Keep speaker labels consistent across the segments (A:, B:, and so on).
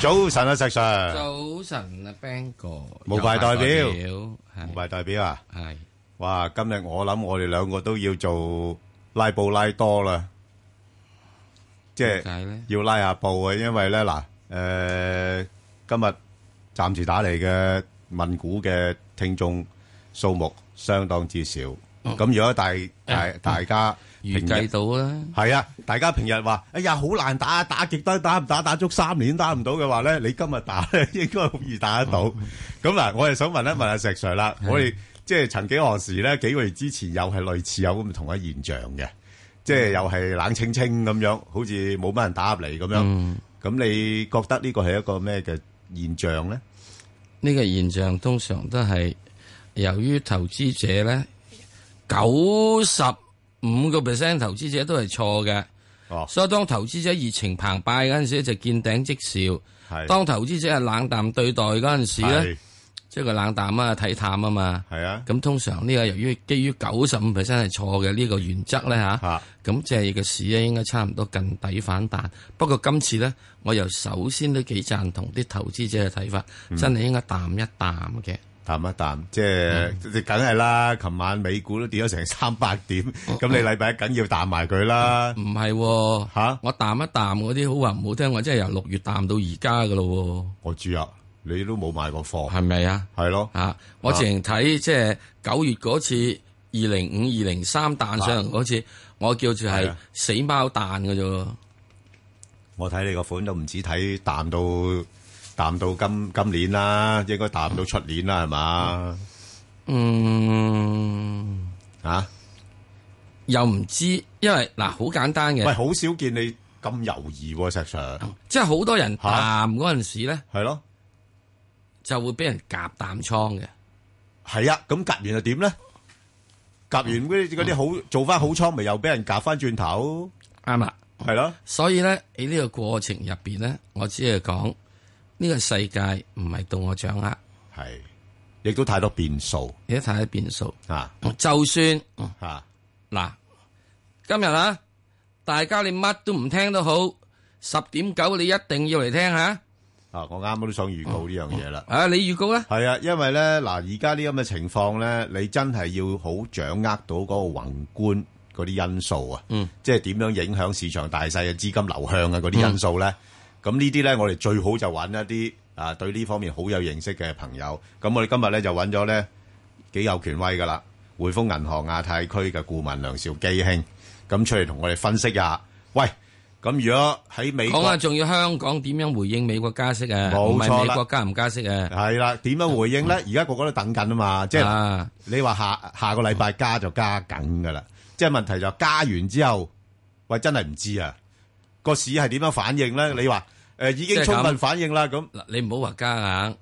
A: 早晨啊，石 Sir，
B: 早晨啊，Bang 哥，
A: 無牌代表
B: 係
A: 唔係代表啊？
B: 係
A: 哇，今日我諗我哋兩個都要做拉布拉多啦，即係
B: 點解咧？
A: 要拉下布啊！因為咧嗱，誒、今日暫時打嚟嘅問股嘅聽眾數目相當之少，咁、如果大大大家
B: 預
A: 平日
B: 計到啦，
A: 系啊，大家平日話：哎呀，好難打，打極都打唔打，打足三年打唔到嘅話咧，你今日打咧 應該好易打得到。
B: 哦
A: 咁嗱、我又想問一問阿石 Sir 啦，
B: 嗯
A: 我哋即係曾幾何時咧，幾個月之前又係類似有咁同一現象嘅，即
B: 嗯
A: 係又係冷清清咁樣，好似冇乜人打入嚟咁樣。咁、
B: 嗯，
A: 你覺得呢個係一個咩嘅現象咧？
B: 呢個現象通常都係由於投資者咧，九十五個 percent 投資者都係錯嘅，
A: 哦，
B: 所以當投資者熱情澎湃嗰陣時就見頂即笑。
A: 係
B: 當投資者係冷淡對待嗰陣時咧，
A: 係
B: 即係個冷淡啊、睇淡啊嘛。
A: 係啊，
B: 咁通常呢個由於基於九十五 percent 係錯嘅呢個原則咧吓，
A: 嚇
B: 咁即係個市咧應該差唔多近底反彈。不過今次咧，我又首先都幾贊同啲投資者嘅睇法，真係應該淡一淡嘅。
A: 淡一淡，即係你梗係啦。琴晚美股都跌咗成三百點，咁你禮拜一梗要淡埋佢啦。
B: 唔係喎，
A: 吓
B: 我淡一淡嗰啲好話唔好聽，我真係由六月淡到而家噶咯
A: 我知啊，你都冇買過
B: 喎，
A: 貨，
B: 係咪啊？
A: 係咯，
B: 啊，我直情睇即係九月嗰次二零五、二零三彈上嚟嗰次，我叫做
A: 係
B: 係
A: 啊
B: 死貓彈嘅啫喎。
A: 我睇你個款都唔止睇淡到淡到今今年啦，應該淡到出年啦，係嘛？
B: 嗯。
A: 啊，
B: 又唔知，因為嗱好簡單
A: 喂，
B: 嘅，
A: 好少見你咁猶豫喎，石 Sir，
B: 即係好多人
A: 嚇
B: 淡嗰陣時咧，
A: 係咯，
B: 就會俾人夾淡倉嘅。
A: 係啊，咁夾完又點咧？夾完嗰啲嗰啲好做翻好倉，咪又俾人夾翻轉頭，
B: 啱啦，
A: 係咯，
B: 所以咧喺呢個過程入邊咧，我只係講呢個世界唔係到我掌握，
A: 係，亦都太多變數
B: 你都睇下變數。
A: 啊
B: 就算
A: 啊，
B: 嗱，今日啊，大家你乜都唔聽都好，十點九你一定要嚟聽下。
A: 啊，我啱啱都想預告呢樣嘢啦。
B: 啊，你預告啦，
A: 係啊，因為咧嗱，而家呢咁嘅情況咧，你真係要好掌握到嗰個宏觀嗰啲因素啊，
B: 嗯
A: 即係點樣影響市場大勢嘅資金流向啊嗰啲因素咧。咁呢啲咧，我哋最好就揾一啲啊對呢方面好有認識嘅朋友。咁我哋今日咧就揾咗咧幾有權威噶啦，匯豐銀行亞太區嘅顧問梁兆基兄，咁出嚟同我哋分析一下。喂，咁如果喺美
B: 講
A: 國
B: 下仲要香港點樣回應美國加息啊？
A: 冇
B: 唔
A: 錯啦
B: 係美國加唔加息啊？
A: 係啦，點樣回應咧？而家個個都等緊啊嘛，即係嗱
B: 啊
A: 你話下下個禮拜加就加緊噶啦，即係問題就加完之後，喂真係唔知啊個市係點樣反應咧？你話诶、呃已
B: 即
A: 經
B: 係咁
A: 充分反應啦，咁
B: 嗱，你唔好話加硬。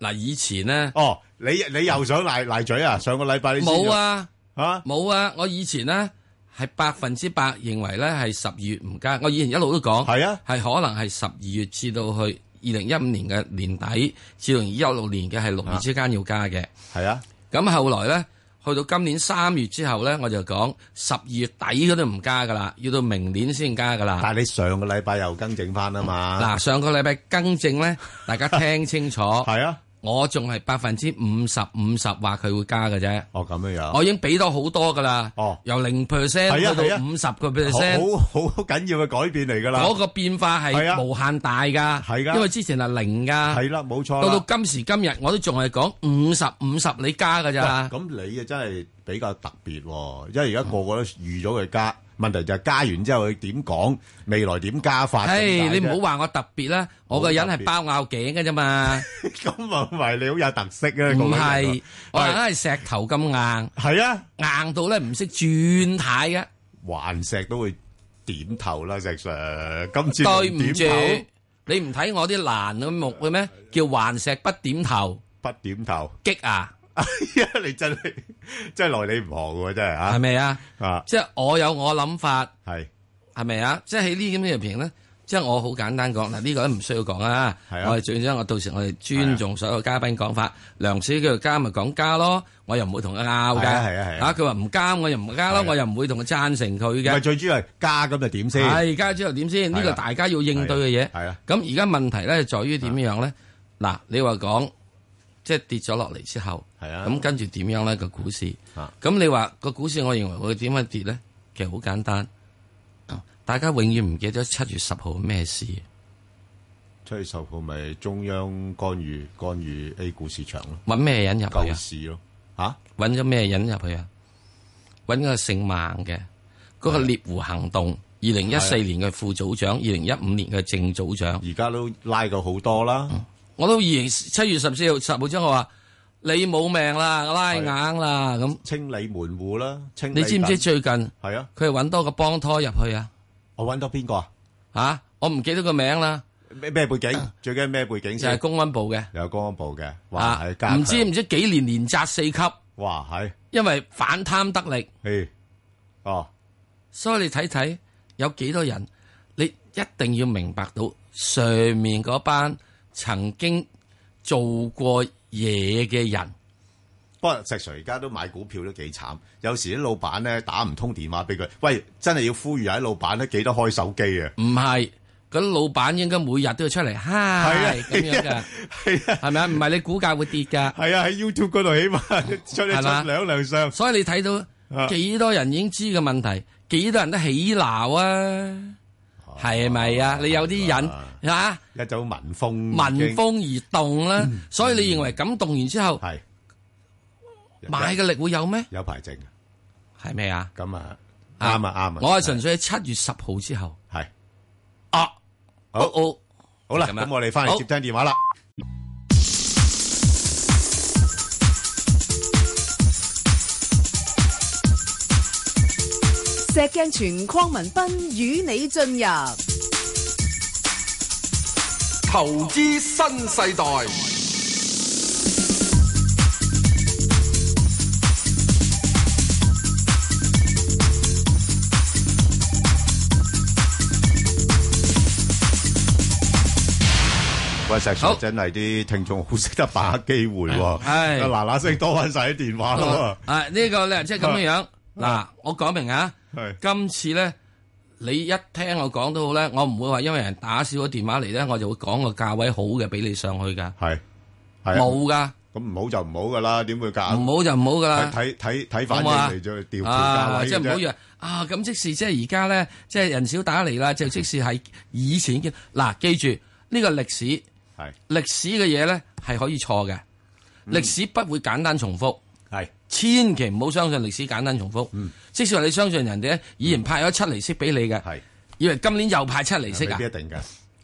B: 嗱，以前咧
A: 哦，你你又想賴賴嘴啊？上個禮拜你先
B: 冇啊，
A: 啊
B: 冇啊，我以前咧係百分之百認為咧係十二月唔加，我以前一路都講
A: 係啊
B: 係可能係十二月至到去二零一五年嘅年底至到二一六年嘅係六
A: 啊
B: 月之間要加嘅。
A: 係啊
B: 咁後來咧，去到今年三月之後咧，我就講十二月底嗰都唔加噶啦，要到明年先加噶啦。
A: 但係你上個禮拜又更正翻啊嘛，
B: 嗱，上個禮拜更正 咧，大家聽清楚，
A: 係啊，
B: 我仲係百分之五十五十話佢會加嘅啫。
A: 哦咁樣樣，
B: 我已經俾多好多噶啦，
A: 哦
B: 由零 percent
A: 係啊
B: 去
A: 係啊
B: 到五十個
A: 好
B: percent，
A: 好好緊要嘅改變嚟㗎啦，
B: 嗰個變化
A: 係啊
B: 係無限大噶，
A: 係㗎
B: 因為之前係零噶，
A: 係啦啊冇錯
B: 到
A: 啦。
B: 到今時今日我都仲係講五十五十你加噶咋，
A: 咁你啊真係比較特別喎，因為而家個個都預咗佢加，問題就係加完之後佢點講，未來點加法？
B: 唉，
A: 點解
B: 你
A: 啫
B: 唔好話我特別啦，我個人係包拗頸嘅啫嘛，
A: 咁啊，唔係你好有特色啊！
B: 唔
A: 個人
B: 係我硬係石頭咁硬，
A: 係啊，
B: 硬到咧唔識轉態嘅，
A: 環石都會點頭啦，石 Sir。今次
B: 對唔
A: 點
B: 住
A: 頭，
B: 你唔睇我啲欄嘅目嘅咩？叫頑石不點頭，
A: 不點頭。
B: 激啊，
A: 哎呀，你真係真係來你唔行喎，真係
B: 係
A: 啊！
B: 咪啊？
A: 啊，
B: 即係我有我諗法，
A: 係
B: 係咪啊？即係喺呢啲咁嘅入邊咧，即係我好簡單講嗱，呢個都唔需要講啊。
A: 係啊
B: 我哋最緊我到時我哋尊重所有嘉賓講法，梁小姐叫佢加咪講加咯，我又唔會同佢拗㗎。
A: 係啊係啊係啊
B: 啊佢話唔加我又唔加
A: 係
B: 咯
A: 啊，
B: 我又唔會同佢贊成佢
A: 唔係
B: 嘅。
A: 最主要係加咁就點先？
B: 係加之後點先？呢
A: 係
B: 個
A: 啊
B: 大家要應對嘅嘢。
A: 係啊，
B: 咁而家問題咧，在於點樣咧？嗱，你話講即係跌咗落嚟之後，
A: 係啊
B: 咁跟住點樣咧個股市？
A: 啊
B: 咁你話個股市，我認為會點樣跌咧？其實好簡單，大家永遠唔記得七月十號咩事。
A: 七月十號咪中央干預干預 A 股市場咯，
B: 揾咩人入去
A: 救
B: 啊？
A: 市咯，嚇
B: 揾咗咩人入去啊？揾個姓孟嘅，嗰、個獵狐行動，二零一四年嘅副組長，二零一五年嘅正組長。
A: 而家都拉過好多啦，
B: 我都二零七月十四號十號之後，我話你冇命啦，拉硬啦咁。
A: 清理門户啦，清理
B: 你知唔知
A: 緊？
B: 最近佢
A: 係啊，
B: 係揾多個幫拖入去啊？
A: 我揾到邊個啊？
B: 吓、我唔記得個名啦，
A: 咩咩背景？最緊咩背景
B: 就係
A: 先？
B: 公安部嘅。
A: 有公安部嘅，哇，
B: 啊
A: 係加，強
B: 唔知唔知幾年連擲四級，
A: 哇，係，
B: 因為反貪得力，
A: 誒，哦，
B: 所以你睇睇有幾多人，你一定要明白到上面嗰班曾經做過嘢嘅人。
A: 不過石 Sir 而家都買股票都幾慘，有時啲老闆咧打唔通電話俾佢，喂，真係要呼籲下啲老闆咧，記得開手機啊！
B: 唔係，嗰啲老闆應該每日都要出 嚟，嗨咁
A: 係
B: 樣嘅，
A: 係啊，
B: 係咪啊？唔係你股價會跌噶，
A: 係啊，喺 YouTube 嗰度起碼出一
B: 係嘛
A: 出兩兩相，
B: 所以你睇
A: 啊
B: 到幾多人已經知嘅問題，幾多人都起鬧啊，
A: 哦
B: 係咪啊？你有啲人啊嚇
A: 一種民風
B: 嗯
A: 已經
B: 聞風而動啦，所以你認為咁動完之後
A: 係
B: 買嘅力會嗯有咩？
A: 有排剩，
B: 係咪啊？
A: 咁啊啱啊啱啊，
B: 我係純粹喺七月十號之後，
A: 係
B: 啊，
A: 好
B: 哦哦
A: 好啦，
B: 咁啊
A: 咁我哋翻嚟
B: 好
A: 接聽電話啦。
C: 石鏡泉邝文斌與你進入
D: 投資新世代，
A: 喂，石 Sir
B: 好
A: 真係啲聽眾好識得把握機會 喎，
B: 係
A: 嗱嗱聲多翻晒啲電話咯，
B: 啊呢個咧即係咁樣樣嗱，我講明啊。
A: 係
B: 今次咧，你一聽我講都好咧，我唔會話因為人打少咗電話嚟咧，我就會講個價位好嘅俾你上去噶，
A: 係係啊，
B: 冇噶，
A: 咁唔好就唔好噶啦，點會夾
B: 唔好就唔好噶啦。
A: 睇睇睇
B: 好
A: 反
B: 唔
A: 應
B: 好啊
A: 嚟做調調價
B: 啊！
A: 位
B: 即係唔好
A: 嘅
B: 以
A: 啫
B: 為啊！咁即使即係而家咧，即係人少打嚟啦，就即使係以前嘅嗱，記住呢個歷史
A: 係
B: 歷史嘅嘢咧係可以錯嘅，
A: 嗯
B: 歷史不會簡單重複，
A: 係
B: 千祈唔好相信歷史簡單重複。即使話你相信人哋咧，以前派咗七厘息俾你嘅，
A: 嗯係，
B: 以為今年又派七厘息
A: 未
B: 啊
A: 必一，定嘅，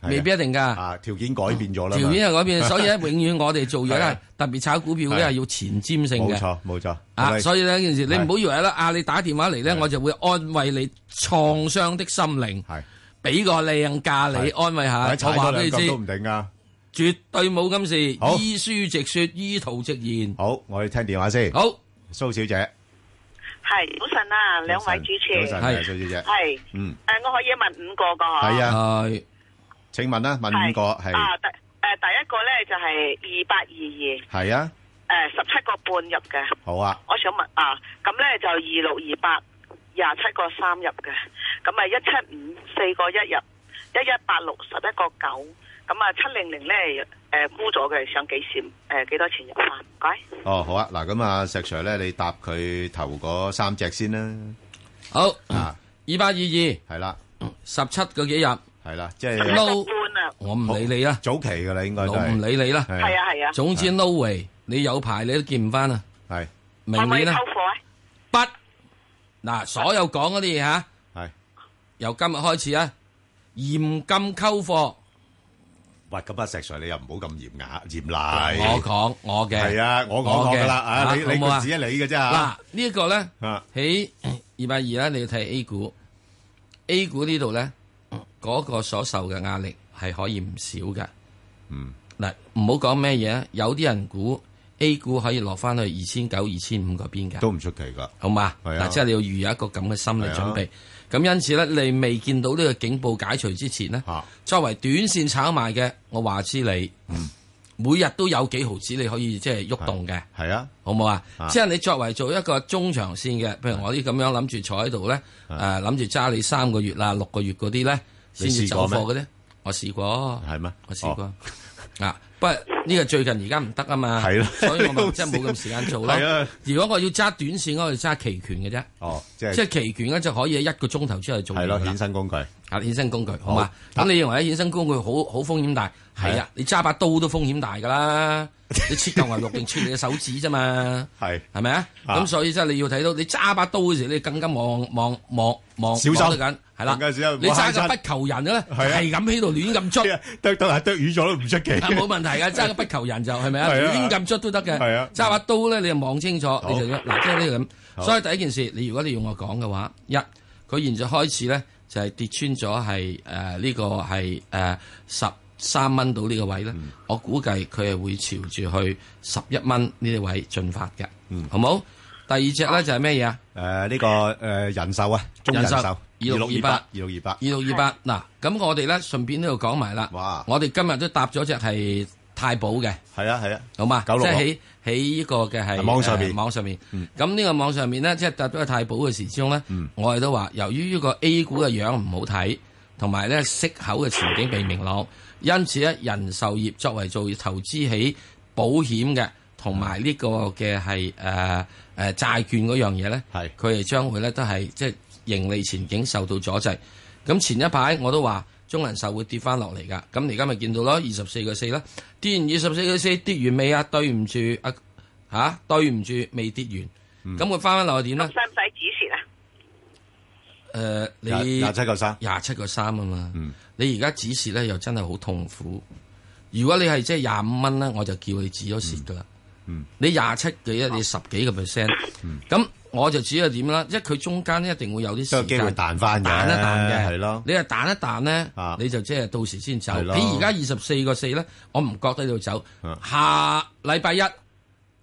A: 係
B: 未必一定㗎。
A: 啊條件改變咗啦嘛，
B: 條件又嗰邊，所以咧永遠我哋做嘢
A: 係
B: 咧
A: 啊，
B: 特別炒股票
A: 係
B: 咧
A: 啊
B: 係要前瞻性
A: 冇
B: 嘅。
A: 錯冇錯，
B: 啊，
A: 係
B: 所以呢件事你
A: 係
B: 唔好以為啦，啊你打電話嚟咧，我就會安慰你創傷的心靈，
A: 係
B: 俾個靚價你安慰下
A: 或者。
B: 我
A: 踩多
B: 話俾你
A: 兩嚿都唔
B: 知，
A: 定啊！
B: 絕對冇咁事，
A: 好
B: 依書直說，依圖直言。
A: 好，我哋聽電話先，
B: 好，
A: 蘇小姐，
E: 系早晨啊，兩位主持，
A: 早晨，
B: 係
A: 係蘇小姐，
E: 係
A: 嗯，
E: 诶，誒我可以問五個個嗬
A: 係啊，
B: 係
A: 請問啦，問
E: 係
A: 五個係
E: 啊，第诶第一個咧就係二八二
A: 係啊，
E: 二，诶十七個半入嘅，
A: 好啊。
E: 我想問啊，咁咧就二六二八廿七個三入嘅，咁啊一七五四個一入，一一八六十一個九，咁啊七零零咧诶沽咗嘅，想幾線诶幾多錢入翻？唔該，
A: 哦，好啊，嗱，咁啊，石 Sir 咧，你答佢頭嗰三隻先啦，
B: 好，
A: 啊，
B: 二八二二十
A: 係啦，
B: 七個幾日，
A: 係啦，即
E: 一
A: 係
B: 撈
E: 個半啊，
B: 我唔理你啦，
A: 早期噶啦，應該都
B: 我唔
A: 係，
B: 理你啦。
A: 係
E: 係啊係啊，
B: 總之 no way，你有排你都見唔翻啊！
A: 係
B: 明
E: 可唔可以溝
B: 年啦，
E: 貨啊？
B: 不嗱，所有講嗰啲嘢吓。
A: 係，
B: 由今日開始啊，嚴禁溝貨。
A: 喂，咁啊，石 Sir 你又唔好咁嚴牙嚴
B: 我
A: 賴，
B: 講我嘅
A: 係啊，我講我噶啦，啊，你
B: 好
A: 你
B: 唔
A: 佢
B: 好啊
A: 只係你嘅啫，
B: 嗱呢一個咧
A: 啊
B: 喺二百二啦，你要睇 A 股 A 股呢度咧，嗰、個所受嘅壓力係可以唔少嘅。
A: 嗯，
B: 嗱，唔好講咩嘢啊，有啲人估 A 股可以落翻去二千九、二千五嗰邊嘅，
A: 都唔出奇噶。
B: 好嘛？
A: 係啊
B: 嗱，即係你要預有一個咁嘅心理
A: 係啊
B: 準備。咁因此咧，你未見到呢個警報解除之前呢，
A: 吓，
B: 作為短線炒賣嘅，我話知你，
A: 嗯
B: 每日都有幾毫子你可以即係喐動嘅。
A: 系啊，
B: 好冇啊
A: 啊？
B: 即係你作為做一個中長線嘅，譬如我啲咁樣諗住坐喺度咧，誒諗住揸你三個月啦、六個月嗰啲咧，
A: 啊你
B: 先
A: 試
B: 至
A: 過
B: 走貨嘅咧。我試過，
A: 係咩哦
B: 我試過啊，不過呢個最近而家唔得啊嘛，
A: 係咯
B: 所以
A: 你好
B: 我咪即係冇咁時間做
A: 係
B: 咯
A: 啊。
B: 如果我要揸短線，我就揸期權嘅啫，
A: 哦，即
B: 即
A: 係
B: 係期權咧就可以喺一個鐘頭之內做
A: 係
B: 完
A: 咯，
B: 㗎啦
A: 衍生工具
B: 啊，衍生工具好嘛？
A: 好
B: 咁你認為咧衍生工具好好風險大？係
A: 係
B: 啊，你揸把刀都風險大㗎啦，你切嚿牛肉定切你嘅手指啫嘛。
A: 係
B: 係咪啊？
A: 啊
B: 咁所以真係你要睇到，你揸把刀嘅時候，你更加望望望望
A: 小心
B: 望得緊，係啦。
A: 更加小心
B: 你揸
A: 唔好
B: 個
A: 慳
B: 不
A: 親
B: 求人嘅咧，
A: 係啊
B: 係咁喺度亂咁捽，啊
A: 剁到係剁魚咗都唔出奇。
B: 冇問題㗎。揸個不求人就係咪啊？
A: 係啊
B: 亂咁捽都得嘅。
A: 係啊
B: 揸把刀咧，你就望清楚，你就要嗱，即係呢個
A: 好
B: 咁。所以第一件事，你如果你要我講嘅話，一佢現在開始咧就係跌穿咗係誒呢個係誒十三蚊到呢個位咧，
A: 嗯
B: 我估計佢係會朝住去十一蚊呢啲位進發嘅，
A: 嗯
B: 好冇？第二隻咧就係咩嘢啊？
A: 诶，呢個诶人壽啊，中人
B: 人壽
A: 壽
B: 2628
A: 二六二八
B: 二，六二八嗱，咁我哋咧順便呢度講埋啦。
A: 哇
B: 我哋今日都搭咗隻係太保嘅，
A: 係啊係啊，
B: 好嘛？即
A: 966
B: 係喺喺呢個嘅係
A: 啊網上面
B: 呃網上面。咁呢個網上面咧，即係搭咗個太保嘅時之中咧，我哋都話由於呢個 A 股嘅樣唔好睇，同埋咧息口嘅前景未明朗，因此咧人壽業作為做投資喺保險嘅。同埋呢個嘅係誒誒債券嗰樣嘢咧，
A: 係
B: 佢哋將會咧都係即係盈利前景受到阻滯。咁前一排我都話中人壽會跌翻落嚟㗎，咁而家咪見到咯，二十四個四啦，跌完二十四個四，跌完未啊？對唔住啊嚇，對唔住未跌
A: 嗯
B: 完，咁佢翻翻落去點咧？誒、
E: 使唔使指示啊？
B: 你
A: 廿廿七個嗯三，
B: 廿七個三啊嘛，你而家指示咧又真係好痛苦。如果你係即係廿五蚊咧，我就叫你止咗蝕噶啦。
A: 嗯
B: 你廿七幾啊？你十幾個 percent，咁我就只係點啦？即係佢中間一定會有啲
A: 都有
B: 時
A: 機
B: 間
A: 會彈翻嘅，
B: 彈一彈嘅，
A: 係咯，
B: 你係彈一彈咧
A: 啊，
B: 你就即係到時先走。
A: 係咯
B: 你而家二十四個四咧，我唔覺得你要走
A: 啊。
B: 下禮拜一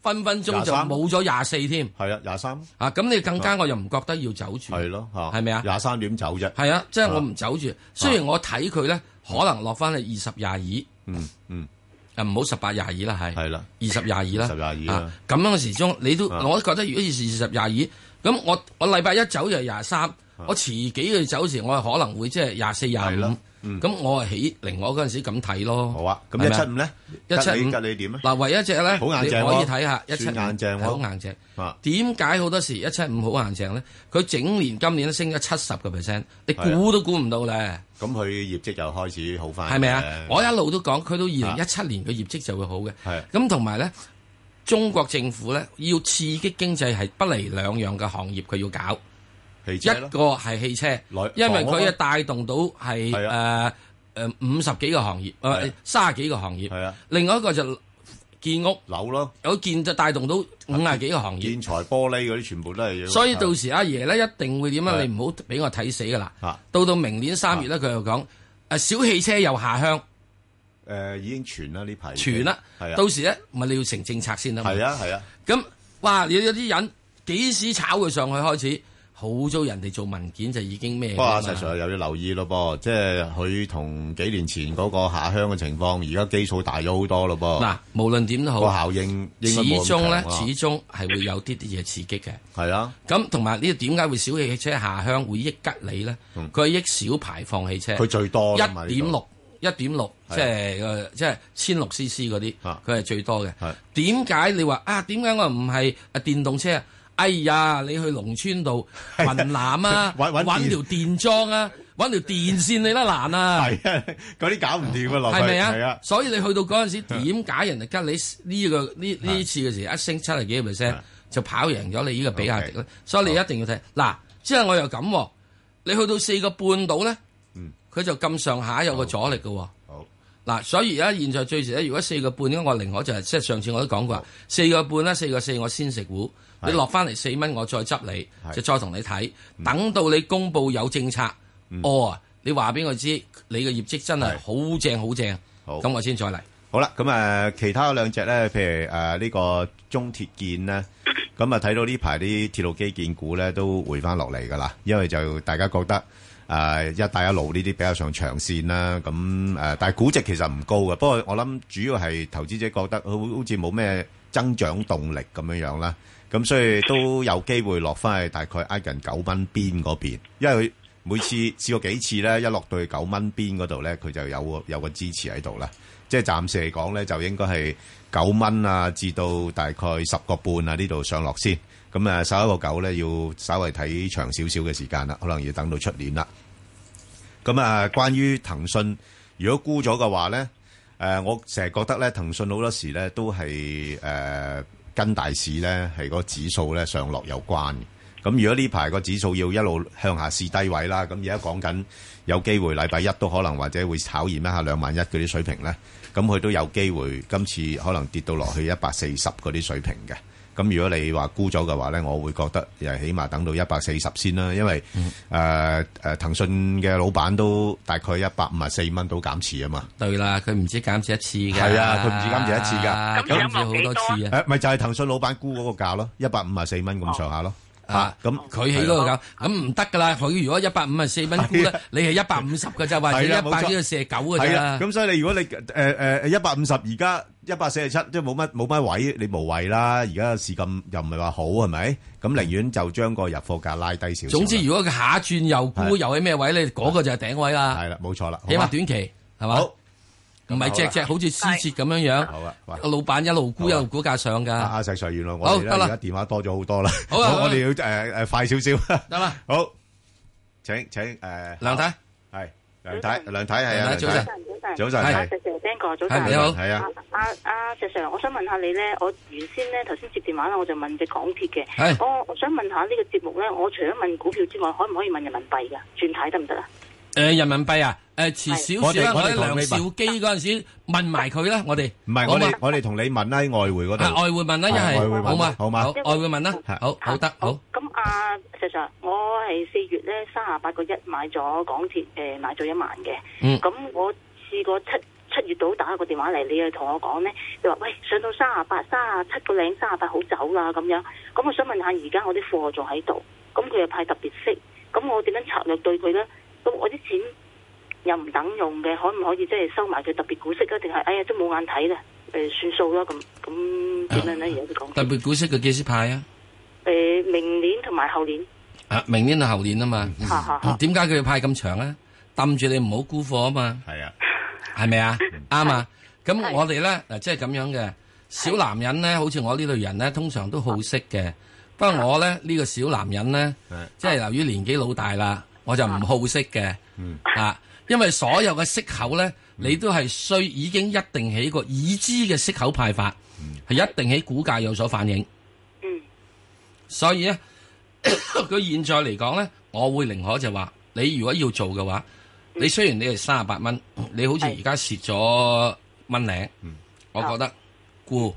B: 分分鐘就
A: 23
B: 冇咗廿四添
A: 係啊，廿三
B: 啊！咁你更加我又唔覺得要走住。
A: 係咯吓，
B: 係咪啊
A: 廿三點走啫，
B: 係啊，即係我唔走住。雖
A: 啊
B: 然我睇佢咧，可能落翻去二十廿二，
A: 嗯嗯，
B: 啊唔好十八廿二啦，係
A: 係啦，
B: 二十廿二啦，
A: 20啦
B: 啊咁樣嘅時鐘，你都
A: 啊
B: 我都覺得如果二十廿二，咁我我禮拜一走就廿三，我遲幾去走時，我可能會即係廿四
A: 啊係
B: 廿
A: 啦嗯
B: 五。咁我係起另外嗰陣時咁睇咯。
A: 好啊，咁
B: 係咪
A: 一七五咧，
B: 一七五
A: 吉你點咧？啊
B: 嗱，唯一隻咧，
A: 好硬
B: 你可
A: 淨喎
B: 以睇下一七
A: 算硬淨喎
B: 好硬淨。
A: 啊，
B: 點解好多時一七五好硬淨咧？佢整年今年都升咗七十個 percent，你
A: 啊
B: 估都估唔到咧。
A: 咁佢業績又開始好翻，
B: 係咪啊
A: 誒？
B: 我一路都講，佢到二零一七年嘅業績就會好嘅
A: 啊係。啊
B: 咁同埋咧，中國政府咧要刺激經濟係不離兩樣嘅行業，佢要搞
A: 汽車
B: 一
A: 咯，
B: 個係汽車，
A: 內
B: 因
A: 房啊
B: 為
A: 嘛
B: 佢啊帶動到係
A: 係啊
B: 誒誒五十幾個行業，
A: 係啊
B: 誒三十幾個行業。
A: 係啊，
B: 另外一個就建屋，
A: 樓咯，
B: 有建就帶動到五十幾個行業。
A: 建材玻璃嗰啲全部都係要，
B: 所以到時阿爺咧一定會點啊？
A: 係
B: 你唔好俾我睇死噶啦
A: 啊！
B: 到到明年三月咧，佢又講誒小汽車又下鄉。
A: 誒已經全啦呢排，
B: 傳啦
A: 係啊，，
B: 到時咧咪你要成政策先得嘛。
A: 係啊係啊，
B: 咁哇，你有啲人幾時炒佢上去開始，好早人哋做文件就已經咩㗎
A: 不過
B: 嘛？
A: 阿石 Sir 又要留意咯噃，即係佢同幾年前嗰個下鄉嘅情況，而家基數大咗好多咯噃。
B: 嗱，無論點都
A: 個
B: 好，
A: 效應
B: 始
A: 應該冇咁
B: 終咧
A: 強啊
B: 始終係會有啲啲嘢刺激嘅。
A: 係啊，
B: 咁同埋呢點解會小汽車下鄉會益吉利咧？佢係益小排放汽車，
A: 嗯佢最多啦嘛
B: 一點六。一點六，
A: 係
B: 即係誒即係千六 CC 嗰啲
A: 啊，
B: 佢係最多嘅
A: 係。
B: 點解你話啊？點解我唔係啊電動車啊？哎呀，你去農村度 雲南啊，
A: 搵搵電
B: 揾條電樁啊，揾條電線你都難啊，
A: 係啊， 嗰啲搞唔掂啊落去，
B: 係咪
A: 係
B: 啊
A: 啊？，
B: 所以你去到嗰陣時，點解人哋吉你呢個呢呢次嘅時一升七十幾個 percent
A: 係
B: 就跑贏咗你呢個比亞迪咧
A: OK？
B: 所以你一定要睇嗱，之後我又咁喎，你去到四個半度咧，
A: 嗯
B: 佢就咁上下有個
A: 哦
B: 阻力嘅喎。
A: 好
B: 嗱，所以而家現在最遲咧，如果四個半咧，我寧可就係、即係上次我都講過，四個半啦，四個四我先食糊，
A: 係
B: 你落翻嚟四蚊，我再執你
A: 係，嗯
B: 就再同你睇，等到你公布有政策，哦啊，你話俾我知，你嘅業績真係好正好正，
A: 好
B: 咁我先再嚟。
A: 好啦，咁啊，其他兩隻咧，譬如誒呢個中鐵建咧，咁啊睇到呢排啲鐵路基建股咧都回翻落嚟噶啦，因為就大家覺得誒、呃一帶一路呢啲比較上長線啦，咁誒、呃但係估值其實唔高嘅，不過我諗主要係投資者覺得好好似冇咩增長動力咁樣樣啦，咁所以都有機會落翻去大概挨近九蚊邊嗰邊，因為佢每次試過幾次咧，一落到去九蚊邊嗰度咧，佢就有個有個支持喺度啦。即係暫時嚟講咧，就應該係九蚊啊，至到大概十個半啊呢度上落先。咁啊，十一個九咧，要稍微睇長少少嘅時間啦，可能要等到出年啦。咁啊，關於騰訊，如果沽咗嘅話咧，誒、我成日覺得咧，騰訊好多時咧都係誒、跟大市咧係個指數咧上落有關嘅。咁如果呢排個指數要一路向下試低位啦，咁而家講緊有機會禮拜一都可能或者會炒驗一下兩萬一嗰啲水平咧，咁佢都有機會今次可能跌到落去一百四十嗰啲水平嘅。咁如果你話沽咗嘅話咧，我會覺得誒起碼等到一百四十先啦，因為誒誒騰訊嘅老闆都大概一百五十四蚊到減持啊嘛。
B: 對啦，佢唔止減持一次㗎。
A: 係啊佢唔止減持一次㗎
B: 啊
E: 咁
B: 減持好多次啊。
A: 誒咪就係騰訊老闆沽嗰個價咯，一百五十四蚊咁上下咯。
B: 啊，
A: 嚇
B: 咁佢喺嗰度搞，咁唔得噶啦。佢如果一百五十四蚊沽
A: 係啊
B: 咧，你係一百五十嘅咋，或者
A: 係啦啊
B: 一
A: 冇
B: 百
A: 錯
B: 呢個四十九嘅
A: 係
B: 咋
A: 啊，。咁所以你如果你誒誒一百五十而家一百四十七，即係冇乜冇乜位，你無謂啦。而家市咁又唔係話好係咪？咁寧願就將個入貨價拉低少少啦。
B: 總之，如果佢下一轉又沽，
A: 係
B: 又喺咩位咧，嗰個就係頂位啦。
A: 係啦，冇錯啦，
B: 起
A: 好
B: 碼
A: 嘛
B: 短期係嘛
A: 好。，
B: 唔係隻隻好似獅子咁樣樣，
A: 好啊喂
B: 個老闆一路沽一路股價上
A: 阿
B: 㗎，
A: 阿石 Sir，原來我
B: 好
A: 哋咧
B: 得啦
A: 而家電話多咗好多啦，
B: 好啊
A: 我
B: 好啊
A: 我哋要誒誒快少少。
B: 得啦，
A: 好，請請誒
B: 梁太，
A: 係梁太，梁太係啊，梁
B: 梁太早晨
A: 太
F: 早晨，
A: 早晨
B: 係
A: 係
F: 石 Sir 聽過，早
B: 係
F: 晨。
B: 你好
A: 係啊，
F: 阿阿石 Sir，我想問下你咧，我原先咧頭先接電話啦，我就問只港鐵嘅。
B: 係
F: 我我想問下呢個節目咧，我除咗問股票之外，可唔可以問人民幣噶轉睇得唔得啊？
B: 誒人民幣啊，誒遲少少啦，
A: 我哋我哋同
B: 我喺梁
A: 你問
B: 兆基嗰陣時問埋佢啦，我哋
A: 唔係
B: 好
A: 我
B: 嘛
A: 哋我哋同你問啦，喺外匯嗰
B: 啊
A: 度
B: 外匯問啦，一
A: 係外匯問
B: 係好嘛
A: 好嘛
B: 外匯問啦
A: 係，
B: 好好得好，
F: 啊咁阿、石 Sir，我係四月咧三廿八個一買咗港鐵，誒、買咗一萬嘅。
B: 嗯
F: 咁我試過七七月度打個電話嚟，你又同我講咧，你話喂上到三廿八、三廿七個零、三廿八好走啦咁樣。咁我想問下，而家我啲貨仲喺度，咁佢又派特別息，咁我點樣策略對佢咧？咁我啲錢又唔等用嘅，可唔可以即係收埋佢特別股息啊？定係哎呀都冇眼睇啦，誒、算數啦咁咁點樣
B: 啊
F: 咧？而家啲港
B: 特
F: 鐵
B: 別股息佢幾時派啊？
F: 誒明年同埋後年。
B: 啊，明年到後年啊嘛，
G: 嗯
F: 哈哈哈
B: 點解佢要派咁長啊？氹住你唔好沽貨啊嘛，
A: 係啊，
B: 係咪啊？啱啊！咁
F: 嗯係
B: 我哋咧嗱，即係咁樣嘅小男人咧，好似我呢類人咧，通常都好色嘅。不過我
F: 啊
B: 咧呢個小男人咧
A: 係，
B: 即係由於年紀老大啦，我就唔好色嘅
F: 嗯
B: 啊，因為所有嘅息口咧，你都係需已經一定喺個已知嘅息口派發，係一定喺股價有所反映。
F: 嗯，
B: 所以 咧，佢現在嚟講咧，我會寧可就話，你如果要做嘅話，你雖然你係三十八蚊，你好似而家蝕咗蚊零，我覺得沽，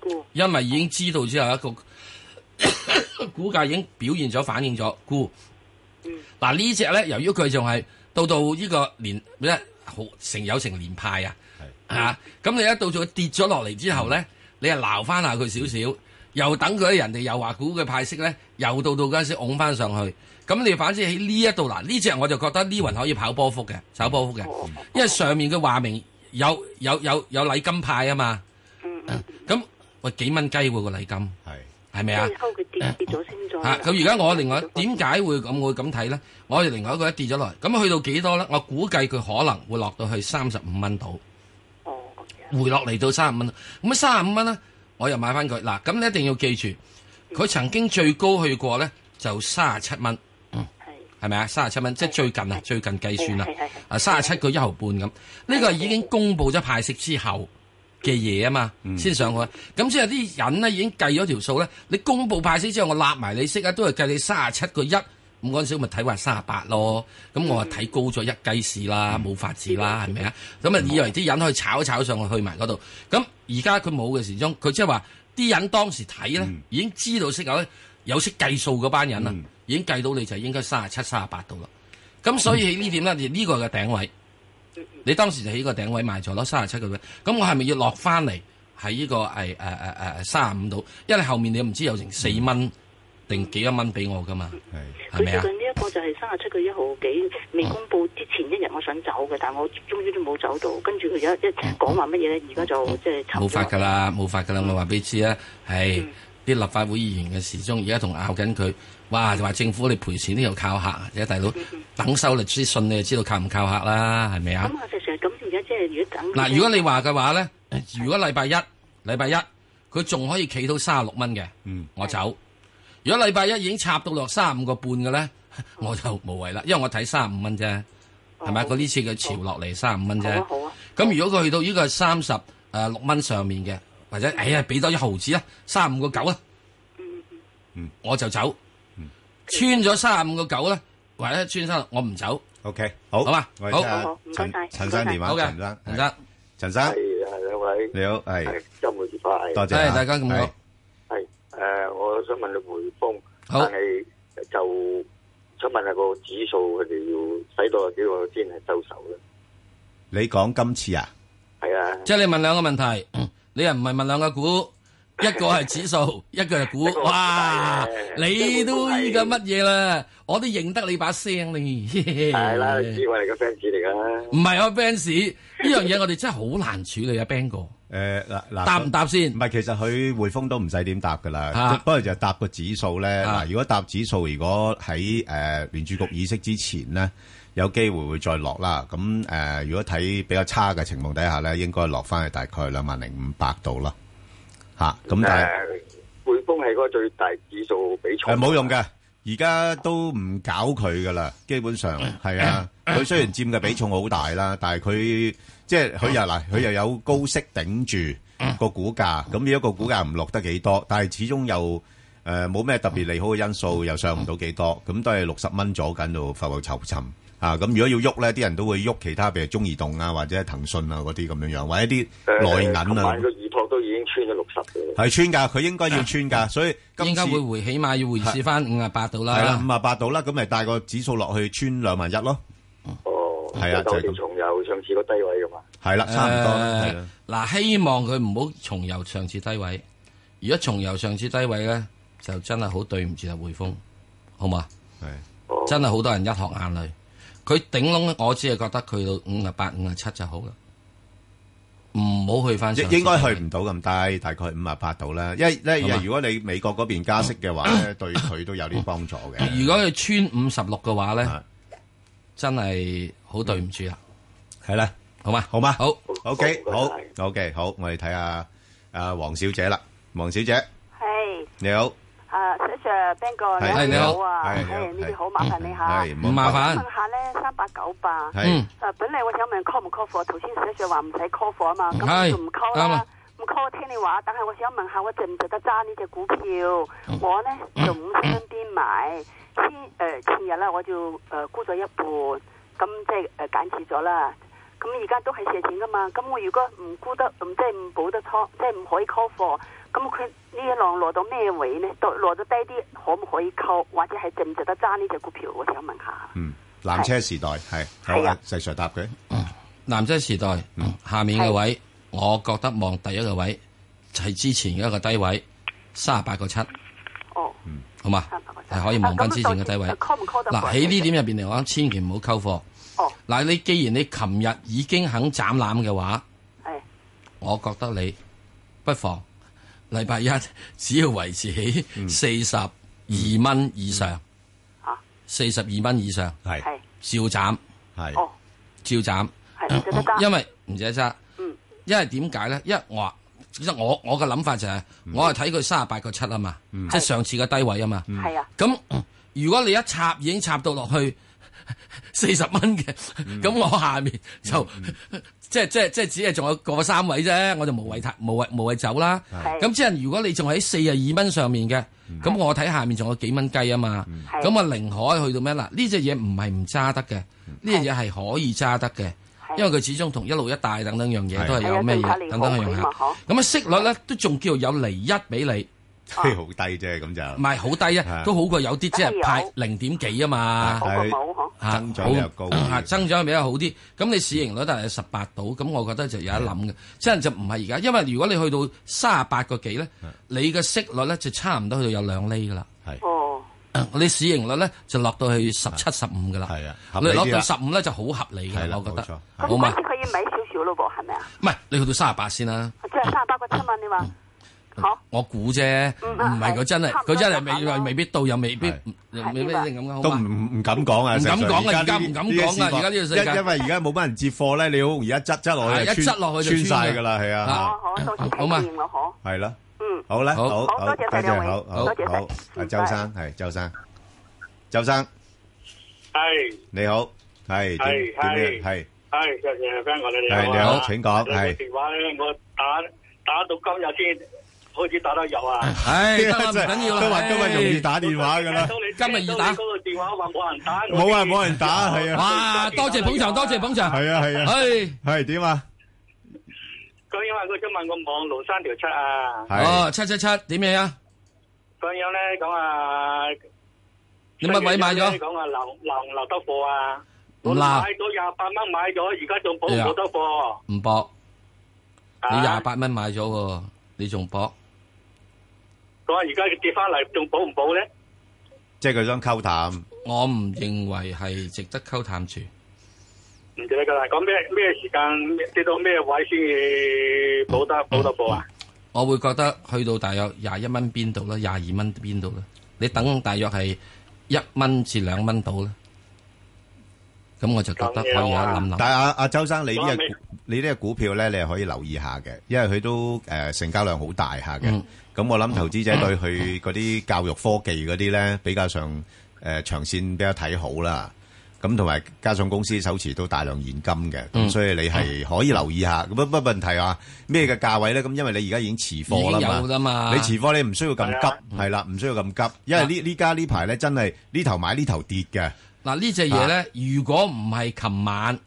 F: 沽
B: 因為已經知道之後一個 股價已經表現咗反映咗沽。嗱呢只咧，由於佢仲係到到呢個年咩好成有成年派啊，嚇咁你一到咗跌咗落嚟之後咧，你係鬧翻下佢少少，又等佢人哋又話估佢派息咧，又到到嗰陣時拱翻上去，咁你反之喺呢一度嗱，呢只我就覺得呢雲可以跑波幅嘅，炒波幅嘅，因為上面嘅話明有有有有禮金派啊嘛，
G: 嗯
B: 咁喂幾蚊雞喎個禮金
A: 係
B: 係咪
F: 即
B: 啊
F: 係？啊溝佢跌跌咗先再
B: 嚇！咁而家我
G: 哦
B: 另外點解會咁會咁睇咧？我哋另外一個一跌咗落嚟，咁去到幾多咧？我估計佢可能會落到去三十五蚊度，
F: 哦咁樣
B: 回落嚟到三十五蚊。咁三十五蚊咧，我又買翻佢。嗱，咁你一定要記住，佢曾經最高去過咧就三十七蚊，
F: 係
B: 係咪啊？三十七蚊，即係最近啊，最近計算啦
F: 係係係，
B: 啊三十七個一毫半咁。呢個係已經公布咗派息之後。嘅嘢啊嘛，先上去。咁即係啲人咧已經計咗條數咧，你公佈派息之後，我納埋你息啊，都係計你三十七個一。咁嗰陣時咪睇話三十八咯，咁我話睇高咗一雞市啦，冇法子啦，係咪啊？咁啊以為啲人可以炒一炒上去去埋嗰度，咁而家佢冇嘅時鐘，佢即係話啲人當時睇咧已經知道息口咧有識計數嗰班人啊，已經計到你就應該三十七、三十八度啦。咁所以呢點咧，就呢個嘅頂位，你當時就喺呢個頂位賣咗咯，三十七個位。咁我係咪要落翻嚟喺呢個係誒誒誒三十五度？因為後面你唔知有
G: 嗯
B: 成四蚊定幾多蚊俾我噶嘛，
A: 係，
B: 係
G: 佢
B: 咪啊
G: 最？近呢一個就係三十七個一號幾未公佈之前一日，我想走嘅，但我終於都冇走到。跟住佢有一一講話乜嘢
B: 嗯
G: 咧？而家就即係沉咗
B: 冇法噶啦，冇法噶
G: 嗯
B: 啦，我話俾你知啦，係啲立法會議員嘅時鐘而家同拗緊佢，哇！就話政府你賠錢都要靠客，而家大佬等收律師信你就知道靠唔靠客啦，係咪啊？
G: 嗯咁啊，石 Sir，咁而家即係如果等
B: 嗱，如果你話嘅話咧，如果禮拜一禮拜一佢仲可以企到三十六蚊嘅，
A: 嗯
B: 我走。如果禮拜一已經插到落三十五個半嘅咧， 我就無謂啦，因為我睇三十五蚊啫，係咪？啊
G: 哦
B: 佢呢次嘅潮落嚟三十五蚊
G: 好啊
B: 啫。
G: 好啊，
B: 咁如果佢去到呢個三十誒呃六蚊上面嘅，或
G: 嗯
B: 者哎呀俾多一毫子啦，三十五個九啦，
G: 嗯
B: 我就走。
A: 嗯
B: 穿咗三十五個九咧，或者穿三，我唔走，
A: OK，好。
B: 好嘛？
A: 我哋聽
B: 好。
A: 下
G: 好，好，
A: 陳-
G: 唔該晒，
A: 陳生
G: 唔該晒。
A: 電話，
B: 好嘅，
A: 陳生，
B: 唔得，
A: 係。陳生，
H: 係係兩位，
A: 啊你好，係，
H: 係周末愉快。
A: 多謝
B: 係
A: 啊，
B: 大家咁
A: 係，
B: 講，
H: 係誒，我想問你匯豐，但
B: 好。
H: 係就想問下個指數，佢哋要使到幾個先係收手咧？
A: 你講今次啊？
H: 係啊，
B: 即係你問兩個問題，你又唔係問兩個股，一個係指數，一個係股
H: 一個。係
B: 哇！
H: 一
B: 你
H: 個
B: 都
H: 係
B: 依家乜嘢啦？我都認得你把聲你。
H: 係啦，指我哋嘅 fans 嚟㗎。
B: 唔係我啊 fans 呢樣嘢，我哋真係好難處理啊，Bang 哥，
A: 誒，嗱，嗱，
B: 答唔答先？
A: 唔係，其實佢匯豐都唔使點答㗎啦，
B: 啊。
A: 不過就係答個指數呢，
B: 啊。
A: 嗱，如果答指數，如果喺，誒，聯儲局議息之前呢，有機會會再落啦。咁，誒，如果睇比較差嘅情況底下呢，應該落返去大概25,500度啦。嚇，咁但係
H: 誒，匯豐係嗰個最大指數比
A: 誒
H: 重。
A: 呃冇用嘅，而家都唔搞佢噶啦，基本上
B: 嗯
A: 係啊。佢雖然佔嘅比重好大啦，但係佢即係佢又
B: 嗯
A: 嗱，佢又有高息頂住個股價，咁而家個股價唔落得幾多，但係始終又誒冇咩特別利好嘅因素，
B: 嗯
A: 又上唔到幾多，咁都係六十蚊左緊度浮浮沉沉。啊，咁如果要喐咧，啲人都會喐其他，譬如中移動啊，或者騰訊啊嗰啲咁樣樣，或者啲
H: 誒
A: 內銀
H: 琴
A: 啊
H: 晚，個二托都已經穿咗六十嘅。
A: 係穿㗎，佢應該要穿㗎，所以今次
B: 應該會回，起碼要回試翻五啊八度
A: 係啦，
B: 啦。
A: 五啊八度啦，咁咪帶個指數落去穿兩萬一咯，
H: 哦，
A: 係啊就係咁
H: 就重又上次個低位㗎嘛。
A: 係啦，差唔多啦，係
B: 誒
A: 啦，
B: 嗱，希望佢唔好重遊上次低位。如果重遊上次低位咧，就真係好對唔住啊，匯豐，好嘛？
A: 係
H: 哦
B: 真係好多人一學眼淚。佢頂籠，我只係覺得佢到五啊八、五啊七就好啦，唔好去翻。
A: 應應該去唔到咁低，大概五啊八度啦。因為咧，
B: 好嘛
A: 如果你美國嗰邊加息 嘅話咧，對佢都有啲幫助嘅。
B: 如果佢穿五十六嘅話咧
A: 啊，
B: 真係好對唔住啦，
A: 係啦，
B: 好嘛？
A: 好嘛，
B: 好，
A: ，OK，
H: 好
A: 好
H: 唔該
A: ，OK，好，我哋睇下啊，黃小姐啦，黃小姐
F: 係
A: 你好，
F: 啊，Sir Sir Ben 哥，
A: 係
B: 你好
F: 啊，
A: 係你
F: 係
A: 好
F: 呢
A: 係
F: 啲好麻煩你吓。
A: 係
B: 唔麻
F: 我
B: 煩
F: 想問下咧，三八九八，
A: 係
B: 嗯，
F: 誒，本嚟我想問 call 唔 call 貨，頭先 Sir Sir 話唔使 call 貨啊嘛，咁
B: 係
F: 我就唔 call
B: 啱啊
F: 啦，唔 call 聽你話，但係我想問下，我值唔值得揸呢只股票？我咧就五十蚊邊買，先誒前日咧我就誒沽咗一半，咁即係誒減持咗啦。咁而家都係蝕錢噶嘛，咁我如果唔沽得，唔即係唔補得倉，即係唔可以 call 貨，咁佢呢一浪落到咩位呢？到落到低啲，可唔可以 call，或者係值唔值得揸呢只股票？我想問下。
A: 嗯，纜車時代係好
F: 係
A: 啊
F: 啊，
A: 細 Sir 答佢，
B: 南仔時代
A: 嗯
B: 下面嘅位，我覺得望第一個位係之前嘅一個低位，三十八個七，
F: 哦，
B: 好嘛？
F: 38.7
B: 係可以望翻之前嘅低位。
F: 啊咁到時 call 唔 call 得
B: 嗱，喺呢點入邊嚟講，千祈唔好溝貨。
F: 哦，
B: 嗱，你既然你琴日已經肯斬攬嘅話，
F: 係
B: 我覺得你不妨禮拜一只要維持喺四十二蚊以上
F: 啊，
B: 四十二蚊以上
A: 係
F: 係
B: 照斬
A: 係
F: 哦，
B: 照斬，
F: 係唔值得揸。
B: 因為唔使揸
F: 嗯，
B: 因為點解咧？因為我話其實我我嘅諗法就係、我係睇佢三十八個七啊嘛，即係上次嘅低位啊嘛。
F: 係啊，
B: 咁如果你一插已經插到落去 四十蚊嘅，
F: 嗯
B: 咁我下面就 即係即係即係只係仲有過三位啫，我就無謂踏
F: 嗯
B: 無謂無謂走啦。
F: 係
B: 咁即係如果你仲喺四十二蚊上面嘅，
F: 嗯
B: 咁我睇下面仲有幾蚊雞啊嘛。
F: 係
B: 咁我寧可去到咩嗱？呢只嘢唔係唔揸得嘅，呢隻嘢係可以揸得嘅，
F: 嗯係
B: 因為佢始終同一路一帶等等樣嘢都係
F: 係
B: 有
F: 啊
B: 咩
F: 政策
B: 嘢
F: 利
B: 等
F: 好
B: 等樣
F: 佢
B: 嘢
F: 嘛。嗬
B: 咁啊息率咧都仲叫有離一俾你。
A: 雖然 好低啫，咁就
B: 唔係好低
A: 係
B: 啊，都好過有啲即係派
I: 有
B: 零點幾啊嘛
I: 好。過
A: 係
I: 冇嗬。
B: 嚇
A: 增長比較高啲
B: 好嚇啊增長比較好啲。咁你市盈率大係十八度，咁我覺得就有得諗嘅。即係就唔係而家，因為如果你去到三十八個幾咧，你嘅息率咧就差唔多去到有兩厘噶啦。
I: 哦，
B: 你市盈率咧就落到去十七十五噶啦。
A: 啊係啊合
B: 你
A: 理啲啦
B: 落到十五咧就好合理
A: 係啦
B: 嘅，我覺
A: 冇錯
B: 得。
I: 咁啊
B: 好嘛
I: 嗰次？佢要買少少咯噃，係咪啊？
B: 唔係你去到三十八先啦。
I: 即係三十八個七蚊，你話好？
B: 我估啫，
I: 嗯
B: 唔係佢真係
I: 差唔
B: 佢
I: 多
B: 真
I: 差唔
B: 係
I: 多
B: 未未必到，又未必
A: 係
B: 未必一定咁嘅，好
A: 都
B: 嘛
A: 唔-唔敢講啊，
B: 唔敢
A: 石Sir，
B: 講啊，
A: 而家呢啲-
B: 而家唔敢講啊，
A: 呢啲市況，
B: 而家呢個世界。
A: 因-因為而家冇乜人接貨呢，你好，而家質-質落去
B: 係，
A: 就
B: 一
A: 穿-
B: 質落去
A: 穿
B: 就
A: 晒
B: 穿㗎。
A: 㗎啦，係啊，
B: 啊。
I: 哦，好，到時
B: 好嘛
I: 睇見我嗬。
A: 係啦，
I: 嗯，
A: 好啦，
B: 好。
A: 好，
I: 好，
A: 好，
I: 多謝
A: 多謝，
I: 兩位，
A: 好，好，
I: 多謝
A: 好，
I: 晒，
A: 啊，
I: 唔該。
A: 周生，係，周生，周生，你好，係，
J: 系
A: 點-
J: 係，
A: 點樣？
J: 係。
A: 係，
J: 系，就成日 friend 我哋
A: 係，你好，請講，係。
J: 电话咧，我打打到今日先開始打得入啊！
B: 唉，得啦，唔
A: 真係
B: 緊要啦，唉
A: 都話今日容易打電話㗎啦。
B: 今日易打
J: 嗰個電話話冇人打，我
A: 冇啊，
J: 先
A: 冇人打，係啊。
B: 哇！多謝捧場，多謝捧場。
A: 係啊，係啊。
B: 唉，
A: 係，點啊？係，
J: 咁因為佢想問我望路三條七啊，
B: 哦，七七七點樣啊？
J: 咁樣咧咁啊，
B: 你乜位買咗？
J: 咁啊留留唔留得貨啊？
B: 唔
J: 我
B: 留
J: 買咗廿八蚊買咗，而家仲保唔保得貨？
B: 唔博，哎你
J: 啊
B: 廿，八蚊買咗喎，你仲博？
J: 咁啊而家跌翻嚟仲保唔保咧？
A: 即係佢想溝淡，係，
B: 我唔認為係值得溝淡住。
J: 唔記得㗎啦，咁咩咩時間跌到咩位先至保得
A: 嗯
J: 保得貨啊？
B: 我會覺得去到大約廿一蚊邊度啦，廿二蚊邊度啦，你等大約係一蚊至兩蚊度啦。咁我就覺得可以有一諗諗。
A: 但係啊-啊，周生，你呢個
J: 講下咩？
A: 呃你呢個股票呢，你係可以留意下嘅，因為佢都，誒，成交量好大下嘅。
B: 嗯。
A: 呃咁我諗投資者對佢嗰啲教育科技嗰啲呢，比較上，誒，長線比較睇好啦。咁同埋加上公司手持都大量現金嘅，咁
B: 嗯。
A: 所以你係可以留意下。咁不-啊不過問題話，咩嘅價位呢？咁因為你而家已經持貨啦嘛。
B: 已經有啦嘛，
A: 你持貨，你唔需要咁急，
J: 係啊。
A: 係啦，唔需要咁急。因為呢-呢家呢排呢，真係呢頭買，呢頭跌嘅，嚇。
B: 嗱呢只嘢咧，如果唔係琴晚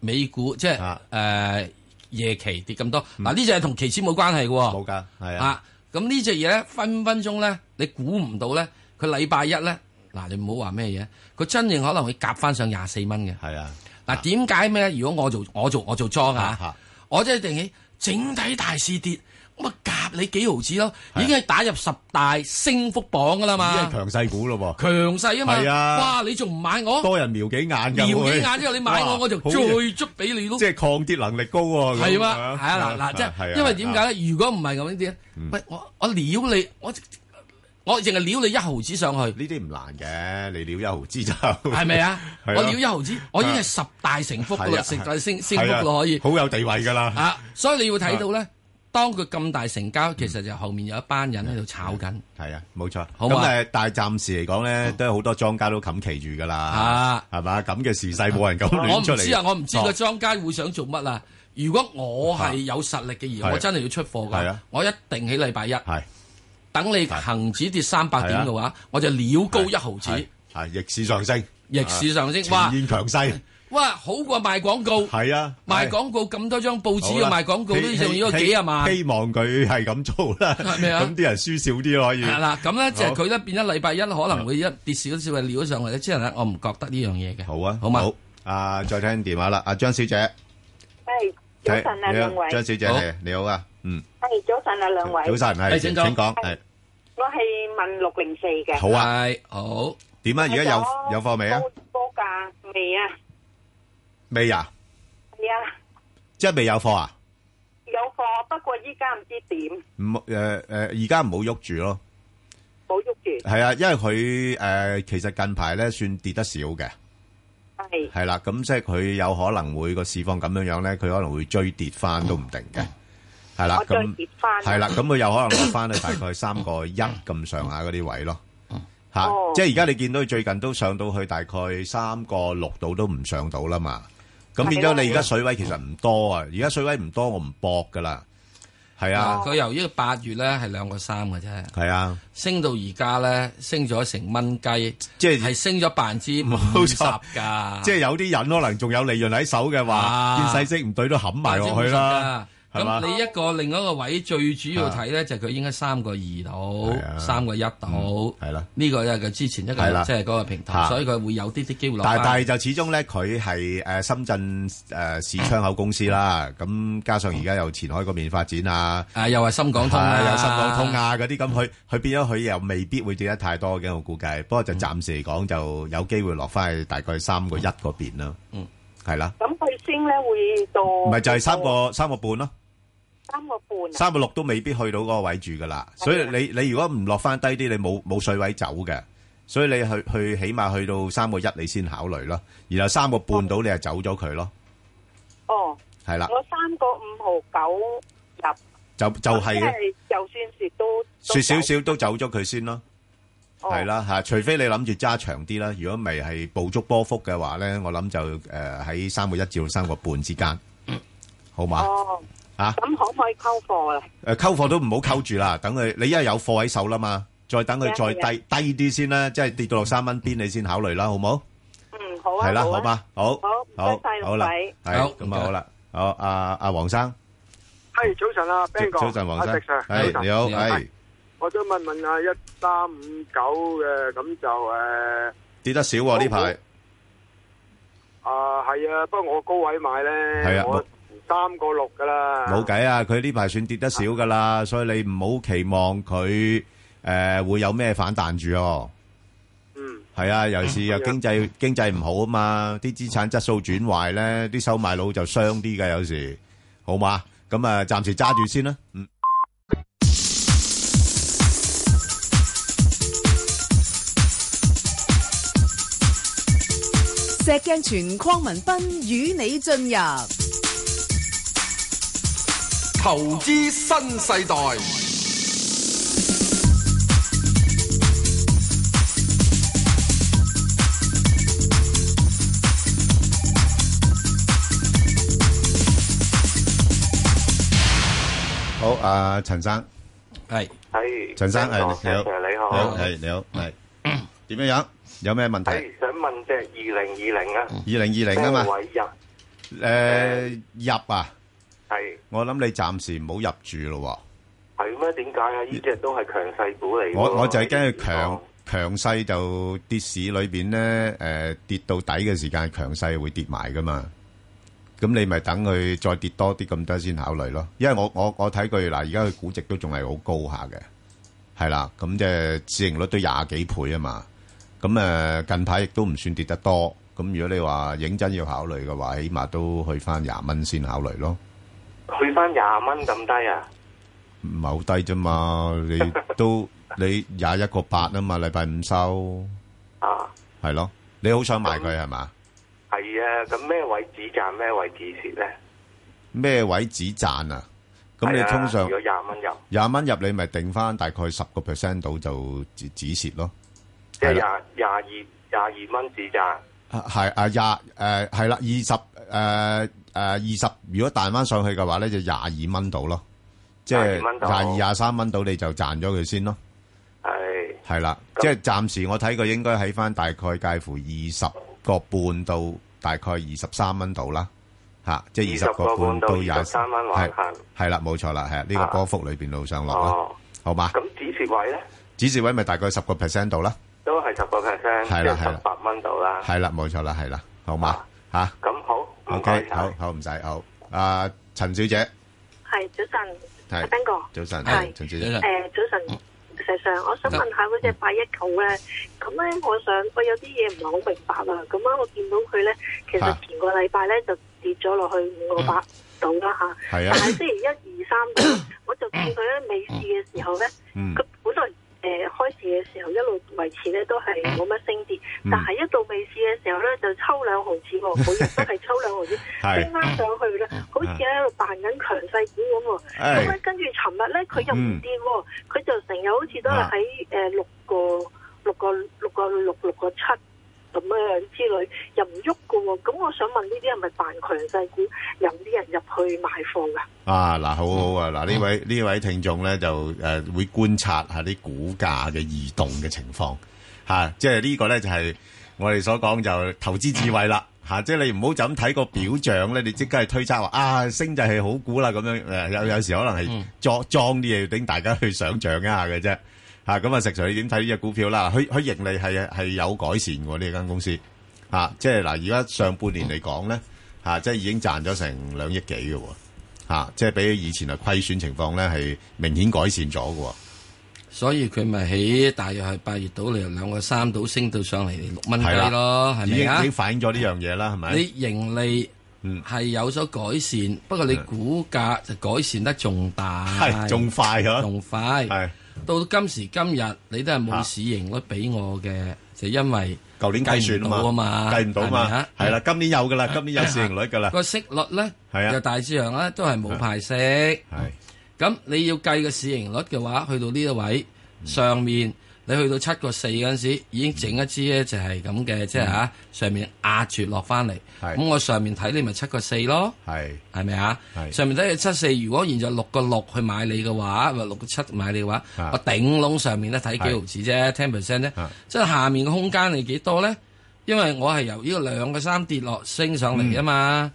B: 美股即係
A: 啊嗯
B: 誒夜期跌咁多，嗱呢只係同期指冇關係嘅喎。
A: 冇噶，系啊，
B: 啊，咁呢只嘢咧分分鐘咧，你估唔到咧，佢禮拜一咧，嗱你唔好話咩嘢，佢真正可能會夾翻上廿四蚊嘅。
A: 系啊，
B: 嗱點解咩？如果我做我做我做莊
A: 啊
B: 啊，我即係定起整體大市跌，咁啊夾你幾毫子咯，已經係打入十大升幅榜噶啦
A: 已經係
B: 嘛，
A: 強勢股咯
B: 強勢啊嘛，
A: 係啊
B: 哇你仲唔買
A: 喎，
B: 我？
A: 多人瞄幾眼㗎
B: 瞄
A: 會
B: 幾眼之後你買
A: 哇
B: 我，我就
A: 好
B: 再
A: 嘢
B: 捉俾你咯
A: 即。係抗跌能力高喎，咁
B: 係嘛？
A: 樣
B: 係啊，嗱嗱，即
A: 係啊嗯
B: 係因為點解咧？如果唔係咁呢啲咧，喂，我我撩你，我我淨係撩你一毫子 上去，
A: 呢啲唔難嘅，你料一毫子就係
B: 係咪啊？
A: 係啊
B: 我撩一毫子，我已經係十大成福
A: 係啊
B: 啦，成大升升
A: 係
B: 幅
A: 啊
B: 咯，可以
A: 好有地位㗎啦，
B: 啊！所以你要睇到咧，當佢咁大成交，其實就後面有一班人
A: 嗯
B: 喺度炒緊
A: 係啊，冇錯。
B: 好
A: 咁
B: 嘛
A: 誒，但係暫時嚟講咧，都有好多莊家都冚旗住㗎啦，
B: 啊！
A: 係嘛？咁嘅時勢冇人敢
B: 我唔
A: 亂出嚟。
B: 知啊，我唔知個
A: 哦
B: 莊家會想做乜啊！如果我係有實力嘅，
A: 係啊
B: 而我真係要出貨
A: 係
B: 嘅
A: 啊，
B: 我一定喺禮拜一
A: 係
B: 等你恒指跌三百點嘅話，我就撩高一毫子。
A: 啊係係逆市上升，
B: 逆市上升，
A: 前
B: 哇
A: 現強勢，
B: 哇，好過賣廣告，
A: 係啊，
B: 賣
A: 係
B: 廣告咁多張報紙
A: 好啦
B: 要賣廣告都
A: 希
B: 仲要
A: 希
B: 幾廿萬，
A: 希望佢係咁做啦，
B: 係咪啊
A: 咁啲人輸少啲咯可以。
B: 係啦，咁咧就係
A: 好
B: 佢咧變咗禮拜一可能會一跌少少，撩咗上嚟咧，之後咧哦我唔覺得呢樣嘢嘅。
A: 好啊，
B: 好嘛，
A: 好啊，再聽電話啦，阿張小姐，
F: 係早晨啊，
A: 你好
F: 兩位
A: 張小姐
B: 好
A: 你你好啊，嗯，
F: 係早晨啊，兩位
A: 早。晨係，
B: 係
A: 請
B: 請
A: 講
B: 講
A: 係
F: 我係問六零四嘅。
A: 好啊，
B: 係好，
A: 點啊？而家有有貨未啊？
F: 高價未啊？
A: 未啊？
F: 係啊，
A: 即係未有貨啊？
F: 有貨，不過依家唔知點，
A: 唔誒誒，而家唔好喐住咯，
F: 冇喐住。
A: 係啊，因為佢誒其實近排咧算跌得少嘅，
F: 係
A: 係啦，咁即係佢有可能會個市況咁樣樣咧，佢可能會追跌翻都唔定嘅，係啦，
F: 我再
A: 咁。
F: 跌翻。
A: 係啦，咁佢有可能落翻去 大概三個一咁上下嗰啲位咯。吓
F: 哦，
A: 即係而家你見到佢最近都上到去大概三個六度都唔上到啦嘛。咁變咗你而家水位其實唔多啊，而家水位唔多，我唔搏噶啦。係啊，
B: 佢由呢個八月咧係兩個三嘅啫，
A: 係啊，
B: 升到而家咧升咗成蚊雞，
A: 即係
B: 係升咗百分之
A: 冇
B: 五十
A: 錯
B: 㗎，
A: 即係有啲人可能仲有利潤喺手嘅話，
B: 啊
A: 見勢息唔對都冚埋落去啦。
B: 50%㗎
A: 係嘛啊
B: 咁你一個另一個位最主要睇咧，就佢應該三個二度，三個一度，
A: 嗯係啦。
B: 呢個就係佢之前一個
A: 係啦
B: 即係嗰個平台，
A: 嚇
B: 所以佢會有啲啲機會落啊
A: 但
B: 翻。
A: 但係就始終咧，佢係誒深圳誒市窗口公司啦，咁加上而家有前海嗰邊發展啊，
B: 啊又係深港通啊
A: 係有深港通啊嗰啲，咁佢佢變咗佢又未必會跌得太多嘅，我估計。不過就
B: 嗯
A: 暫時嚟講就有機會落翻去大概三個一嗰邊啦。
B: 嗯，
A: 係啦，
K: 咁佢升咧會到
A: 咪就係三個三個半咯。
K: 三個半啊，
A: 三個六都未必去到嗰個位住噶啦，所以你你如果唔落翻低啲，你冇冇水位走嘅，所以你去去起碼去到三個一你先考慮咯，然後三個半到你就走咗佢咯，
K: 哦，
A: 係啦，
K: 我三個五毫九入，
A: 就就係
K: 即係就算蝕都
A: 説少少都走咗佢先咯，
K: 哦
A: 係啦嚇，除非你諗住揸長啲啦，如果唔係係捕捉波幅嘅話咧，我諗就誒喺三個一至到三個半之間，好嘛？
K: 哦，
A: 啊
K: 咁可唔可以溝貨啊？
A: 诶，沟货都唔好溝住啦，等佢你因為有貨喺手啦嘛，再等佢
K: 係啊
A: 再低低啲先啦，即係跌到落三蚊邊你先考慮啦，好冇？
K: 嗯，好啊，
A: 係啦，
K: 啊
A: 好嘛，好，好
K: 唔該晒，
A: 好
K: 六
A: 啦
K: 位，
A: 係
L: 好唔
A: 咁
L: 該
A: 啊，好啦，好阿阿黃生，
L: 系早晨啊，Ben 哥，
A: 早晨黃
L: 阿
A: 生，
L: 石 Sir，
A: 係你好，係
L: 我想问问啊，一三五九嘅咁就诶，
A: 跌得少喎呢排，
L: 啊系啊，不过我高位买
A: 係
L: 咧
A: 啊，
L: 我三个六噶啦，
A: 冇計啊，佢呢排算跌得少噶啦，所以你唔好期望佢诶会有咩反彈住哦。
L: 嗯，
A: 係啊，尤其是又經濟經濟唔好啊嘛，啲資產質素轉壞咧，啲收買佬就傷啲嘅有時，好嘛？咁啊，暫時揸住先啦。嗯，
C: 石镜全框文斌与你进入
D: 投資新世代，
A: 好，阿陳生，
B: 係
M: 係
A: 陳生，係你好，
M: 你
H: 哦
M: 好，
A: 係你好，係點樣樣？有咩問題？
M: 係想問隻二零二零啊，
A: 二零二零啊嘛
H: 哦
M: 咩，位入
A: 誒入啊，
M: 係
A: 我諗你暫時唔好入住咯
M: 係咩？點解啊？呢只都係強勢股嚟
A: 喎。
M: 喎，
A: 我我就係驚佢強強勢就跌市裏邊咧，誒跌到底嘅時間，強勢會跌埋噶嘛。咁你咪等佢再跌多啲咁多先考慮咯。因為我我我睇佢嗱，而家佢估值都仲係好高下嘅，係啦。咁即係市盈率都廿幾倍啊嘛。咁誒、呃近排亦都唔算跌得多。咁如果你話認真要考慮嘅話，起碼都去翻廿蚊先考慮咯。
M: 哦去翻廿蚊咁低啊！
A: 唔係好低啫嘛，你都你廿一個八啊嘛，禮拜五收
M: 啊，
A: 係咯，你好想買佢係嘛？
M: 係啊，咁咩位止賺，咩位止蝕咧？
A: 咩位止賺啊？咁你
M: 係啊
A: 通常
M: 如果廿蚊入，
A: 廿蚊入你咪定翻大概十個 percent 到就止止蝕咯，
M: 即係
A: 係
M: 廿
A: 啦，
M: 廿二廿二蚊止賺，
A: 啊係啊廿誒係啦，二十誒誒二十，如果彈翻上去嘅話咧，就廿二蚊到咯，即係
M: 22蚊到
A: 廿二廿三蚊到你就賺咗佢先咯。
M: 係
A: 系啦，即系暫時我睇佢應該喺翻大概介乎二十個半到大概二十三蚊度啦，吓，即係二十個半到
M: 20
A: 廿
M: 23蚊橫行
A: 系啦，冇錯啦，係啊呢個波幅裏边路上落啦
M: 啊哦，
A: 好嘛？
M: 咁止蝕位咧
A: 指示位咪大概十個 percent 度啦，
M: 都係十個 percent，
A: 係
M: 即
A: 啦
M: 係十八蚊到啦。
A: 係啦，冇錯啦，係啦，好嘛？吓
M: 咁好啊唔該
A: ，OK，好好唔使好，啊，陳小姐
N: 系早晨，
A: 係
N: 阿 Ben 哥，
A: 早晨
N: 系
A: 陳小姐
N: 诶早晨，石上，我想問下嗰只八一九咧，咁咧我想我有啲嘢唔係好明白啊，咁啱我見到佢咧，其
A: 啊
N: 實前個禮拜咧就跌咗落去五個八度啦吓，
A: 係啊
N: 但係星期一二三 度，我就見佢咧尾市嘅時候咧，
A: 嗯
N: 佢本來誒開市嘅時候一路維持咧都係冇乜升跌，
A: 嗯
N: 但係一到尾市嘅時候咧就抽兩毫子 喎，每日都係抽兩毫子，
O: 係
N: 升翻上去
A: 嗯
N: 咧，好似喺度扮緊強勢股咁喎。
O: 係
A: 哎
N: 咁咧啊跟住尋日咧佢又
A: 嗯
N: 唔跌喎，佢就成日好似都
A: 啊
N: 係喺誒六個六個六個六六個七。咁樣之類又唔喐嘅喎，咁我想問呢啲係咪扮強勢股引啲人入去買貨㗎？
A: 啊嗱，好好啊嗱，呢位呢位聽眾咧就诶会观察下啲股價嘅異動嘅情況吓，嚇即係呢個咧就係我哋所講就投資智慧啦霞姐，你唔好就咁睇個表象呢，你即刻係推測話，啊，升就係好股啦，咁樣，誒，有-有時可能係作-裝啲嘢，要頂大家去想像一下嘅啫。嚇，咁啊，石Sir，你點睇呢隻股票啦？佢-佢盈利係-啊係有改善喎，呢間公司。嚇，即係嗱，而家上半年嚟講呢，嚇，即係已經賺咗成兩億幾嘅喎。嚇，即係比起以前係虧損情況呢，係明顯改善咗嘅喎。
B: 所以佢咪喺大約係八月到嚟兩個三到升到上嚟六蚊雞
A: 係啦，
B: 咯，係咪
A: 已經-嗯
B: 啊？
A: 已經反映咗呢樣嘢啦，係咪？
B: 你盈利係有所改善，不過你股價就改善得仲大，
A: 嗯係仲快啊
B: 仲快。到今時今日，你都係冇市盈率俾我嘅，就因為
A: 舊年計算啊嘛，
B: 計唔到
A: 計
B: 啊嘛，
A: 唔到嘛，
B: 係咪啊
A: 係啦，今年有㗎啦，今年有市盈率㗎啦。
B: 個息率咧，
A: 係啊啊
B: 就大致上咧都係冇派息。咁你要計個市盈率嘅話，去到呢一位
A: 嗯
B: 上面，你去到七個四嗰陣時，已經整一支咧就係咁嘅，
A: 嗯
B: 即係嚇上面壓住落翻嚟。咁我上面睇你咪七個四咯，
A: 係
B: 係咪啊？上面睇你七四，如果現在六個六去買你嘅話，或六個七買你嘅話，我頂籠上面咧睇幾毫子啫，ten percent 啫，即係下面嘅空間係幾多咧？因為我係由呢個兩個三跌落升上嚟啊嘛，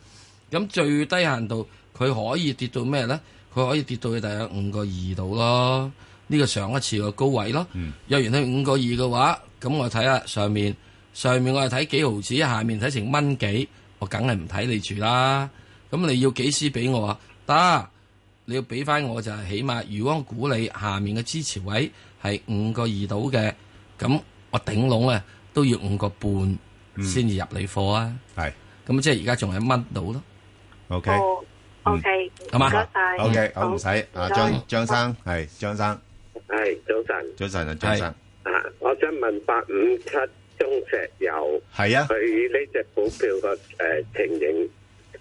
B: 咁、最低限度佢可以跌到咩咧？佢可以跌到去大約五個二度咯，呢、個上一次個高位咯。若然佢五個二嘅話，咁我睇下上面，上面我係睇幾毫子，下面睇成蚊幾，我梗係唔睇你住啦。咁你要幾時俾我啊？得，你要俾翻我就係起碼，如果我估你下面嘅支持位係五個二度嘅，咁我頂籠啊都要五個半
A: 嗯
B: 先至入你貨啊。
A: 係，
B: 咁即係而家仲係一蚊到咯。
A: OK。嗯
N: 哦，OK，
B: 好嘛
N: 唔該晒
A: OK，好，唔使，啊，
N: 唔該。
A: 張-張生，係，張生。
O: 系早晨，
A: 早晨啊，張生。
O: 啊，我想問八五七中石油
A: 係啊
O: 佢呢只股票個诶情形，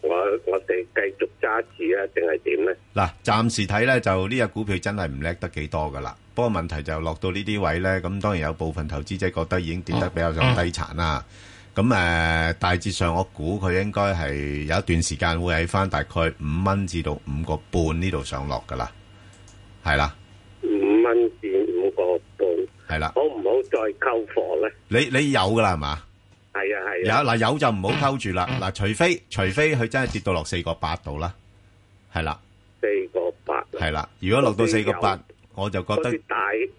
O: 我我哋繼續揸住啊，定係點咧？
A: 嗱，暫時睇咧就呢只股票真係唔叻得幾多噶啦。不過問題就落到呢啲位咧，咁當然有部分投資者覺得已經跌得比較上低殘啦。咁誒、呃大致上我估佢應該係有一段時間會喺翻大概五蚊至到五個半呢度上落噶啦，係啦。
O: 五蚊至五個半，
A: 係啦
O: 好唔好再溝貨咧？
A: 你你有噶啦係嘛？
O: 係啊係
A: 有
O: 啊，
A: 嗱有就唔好溝住啦。嗱，除非除非佢真係跌到落四個八度啦，係啦
O: 四個八，
A: 係啦。如果落到四個
O: 嗰啲
A: 八
O: 油，
A: 我就覺
O: 嗰
A: 得
O: 啲大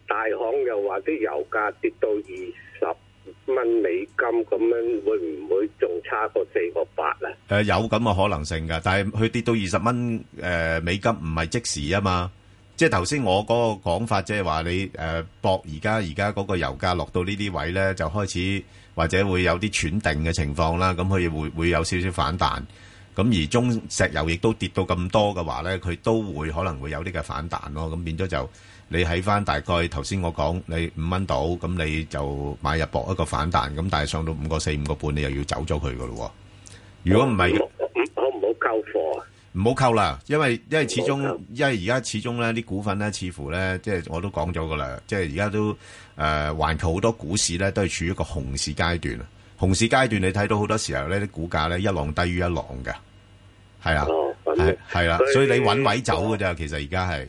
O: 大行又話啲油價跌到二十蚊美金咁樣，會唔會仲差過四個八啊？
A: 誒、呃有咁嘅可能性㗎，但係佢跌到二十蚊誒美金唔係即時啊嘛，即係頭先我嗰個講法，即係話你誒、呃博而家而家嗰個油價落到呢啲位咧，就開始或者會有啲喘定嘅情況啦，咁佢會會有少少反彈。咁而中石油亦都跌到咁多嘅話咧，佢都會可能會有啲嘅反彈咯。咁變咗就你喺翻大概頭先我講你五蚊到，咁你就買入博一個反彈，咁但係上到五個四、五個半，你又要走咗佢嘅咯喎。如果唔係，
O: 好唔好溝貨啊？
A: 唔好溝啦，因為因為始終因為而家始終咧啲股份咧，似乎咧即係我都講咗噶啦，即係而家都誒、呃、環球好多股市咧都係處於一個熊市階段啊。熊市階段你睇到好多時候呢啲股價咧一浪低於一浪嘅，係啊，
O: 哦
A: 係係啦，所以你揾位走嘅咋，其實而家係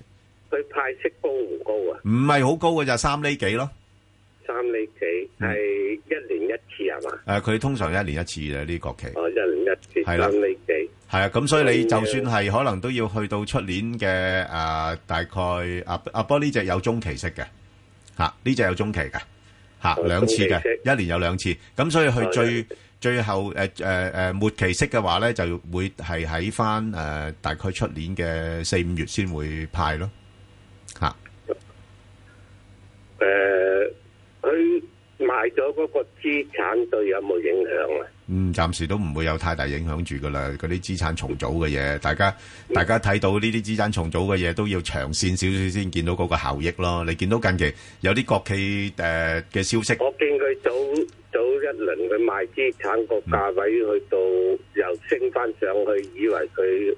O: 佢派息高唔高啊？
A: 唔係好高嘅咋，三厘幾咯。
O: 三厘幾
A: 嗯
O: 係一年一次係嘛？
A: 誒、佢通常一年一次嘅呢啲國企。
O: 哦，一年一次
A: 係啦
O: 三厘幾，
A: 係啊，咁所以你就
O: 咁樣
A: 算係可能都要去到出年嘅誒、啊大概啊啊，不過呢只有中期息嘅嚇，呢、只有中期嘅嚇、
O: 哦
A: 兩
O: 中
A: 次
O: 期
A: 嘅
O: 息，
A: 一年有兩次，咁所以
O: 哦
A: 佢最最後誒誒誒末期息嘅話咧，就會係喺翻誒大概出年嘅四五月先會派咯嚇。
O: 誒，佢賣咗嗰個資產對有冇影響啊？
A: 嗯，暫時都唔會有太大影響住噶啦。嗰啲資產重組嘅嘢，大家大家睇到呢啲資產重組嘅嘢，都要長線少少先見到嗰個效益咯。你見到近期有啲國企誒呃嘅、消息，
O: 我見佢早早一輪佢賣資產個價位去到又升翻上去，以為佢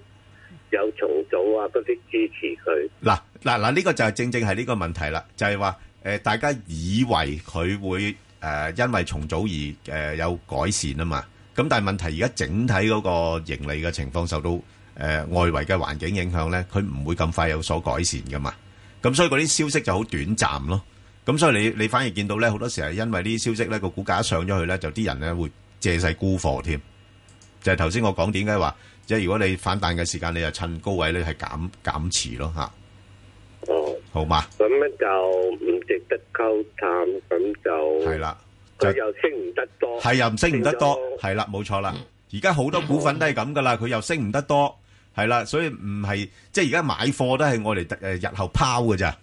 O: 有重組啊嗰啲支持佢。
A: 嗱嗱嗱，呢、個就係正正係呢個問題啦，就係話誒，大家以為佢會誒、呃因為重組而誒、呃有改善啊嘛。咁但係問題而家整體嗰個盈利嘅情況受到誒、呃外圍嘅環境影響咧，佢唔會咁快有所改善噶嘛。咁所以嗰啲消息就好短暫咯。咁所以你你反而見到咧，好多時係因為呢啲消息咧，個股價一上咗去咧，就啲人咧會借勢沽貨添。Vì vậy, nếu bạn mua vào thì bạn sẽ có thể mua được những cái cổ phiếu mà bạn đã mua vào trước đó. Vì vậy, nếu bạn mua vào thì bạn sẽ có thể mua được những cái cổ phiếu mà bạn đã mua vào trước đó. Vì vậy, nếu bạn mua vào thì bạn sẽ có thể mua được những cái cổ phiếu mà bạn đã mua vào trước đó. Vì vậy, nếu bạn mua vào thì bạn sẽ có thể mua được những cái cổ phiếu mà bạn đã mua vào trước đó. Vì vậy, nếu bạn mua vào thì bạn sẽ có thể mua được những cái cổ phiếu mà bạn đã mua vào trước đó. Vì vậy, nếu bạn mua vào thì bạn sẽ có thể mua được những cái cổ phiếu mà bạn đã mua vào trước đó. Vì vậy, nếu bạn mua vào thì bạn sẽ có thể mua được những cái cổ phiếu mà bạn đã mua vào trước đó. Vì vậy, nếu bạn mua vào thì bạn sẽ có thể mua được những cái cổ phiếu mà bạn đã mua vào trước đó. Vì vậy, nếu bạn mua vào thì bạn sẽ có thể mua được những cái cổ phiếu mà bạn đã mua vào trước đó. Vì vậy, nếu bạn mua vào thì bạn sẽ có thể mua được những cái cổ phiếu mà bạn đã mua vào trước đó. Vì vậy, nếu bạn mua vào thì bạn sẽ có thể mua được những cái cổ phiếu mà bạn đã mua vào trước đó. Vì vậy, nếu bạn mua vào thì bạn sẽ có thể mua được những cái cổ phiếu mà bạn đã mua vào trước đó. Vì vậy, nếu bạn mua vào thì bạn 就係頭先我講點解話，即係如果你反彈嘅時間，你就趁高位咧係減減持咯吓，
O: 哦，
A: 好嘛？
O: 咁咧就唔值得溝淡，咁就
A: 係啦，
O: 佢又升唔得多，
A: 係又唔升唔得多，啊係啦，冇錯啦。而家好多股份都係咁噶啦，佢又升唔得多，係啦，所以唔係即係而家買貨都係我嚟誒日後拋嘅咋，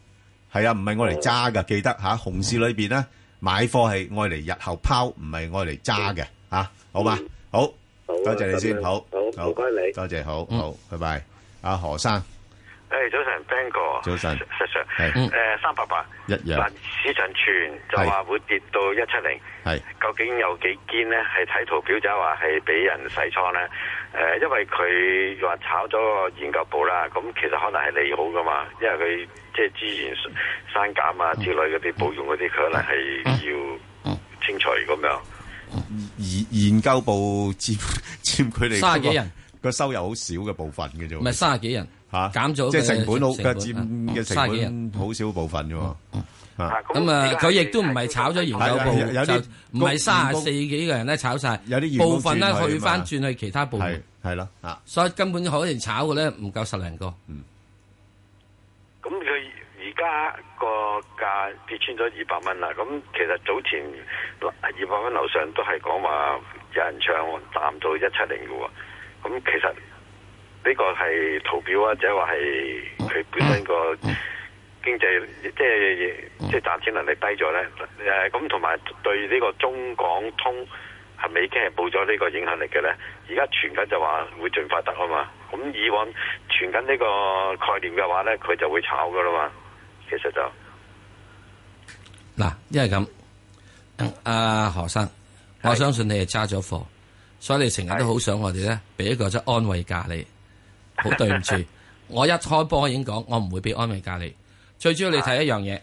A: 係啊，唔係我嚟揸噶，記得嚇、熊市裏邊咧買貨係愛嚟日後拋，唔係愛嚟揸嘅嚇，好嘛？好，
O: 啊
A: 多謝你先，好，好，唔該你，多謝，好好，拜拜，阿何生，
H: 誒早晨，Bang 哥，
A: 早晨
H: 石 Sir，
A: 係
H: 誒三百八
A: 一樣
H: 嗱，市場傳就話會跌到一七零，
A: 係
H: 究竟有幾堅呢？係睇圖表就話係俾人洗倉咧。誒、因為佢話炒咗個研究部啦，咁其實可能係利好噶嘛，因為佢即係資源刪減
B: 嗯
H: 啊之類嗰啲保用嗰啲，佢可能係要清除咁樣。
A: 研研究部 佔佔佢哋嗰個
B: 卅幾人
A: 個收入好少嘅部分嘅啫喎，
B: 唔係三十幾人
A: 嗯嚇
B: 減咗
A: 即係
B: 嘅
A: 成本好
B: 成
A: 嘅
B: 本
A: 佔
B: 嗯
A: 嘅
B: 卅幾
A: 成
B: 人
A: 本好少部分啫喎。啊
B: 咁啊，佢亦都唔係炒咗研
A: 係啊有有
B: 究
A: 啲
B: 部，就唔係三
A: 員
B: 十
A: 工
B: 四幾個人咧炒晒，
A: 有啲員工
B: 部分咧
A: 轉去
B: 去
A: 嘛
B: 翻轉去其他部門，
A: 係咯啊，
B: 所以根本可能炒嘅咧唔夠十零個。
H: 咁佢而家個價跌穿咗二百蚊啦，咁其實早前二百蚊樓上都係講話有人唱淡到一七零嘅喎，咁其實呢個係圖表啊，即係話係佢本身個經濟即係即係賺錢能力低咗咧，誒咁同埋對呢個中港通係咪已經係冇咗呢個影響力嘅咧？而家傳緊就話會盡快得啊嘛，咁以往傳緊呢個概念嘅話咧，佢就會炒噶啦嘛，其實就。
B: 嗱，因為咁，嗯阿何生，我相信你係揸咗貨，所以你成日都好想我哋咧俾一個即係安慰價你。好對唔住，我一開波已經講，我唔會俾安慰價你。最主要你睇一樣嘢，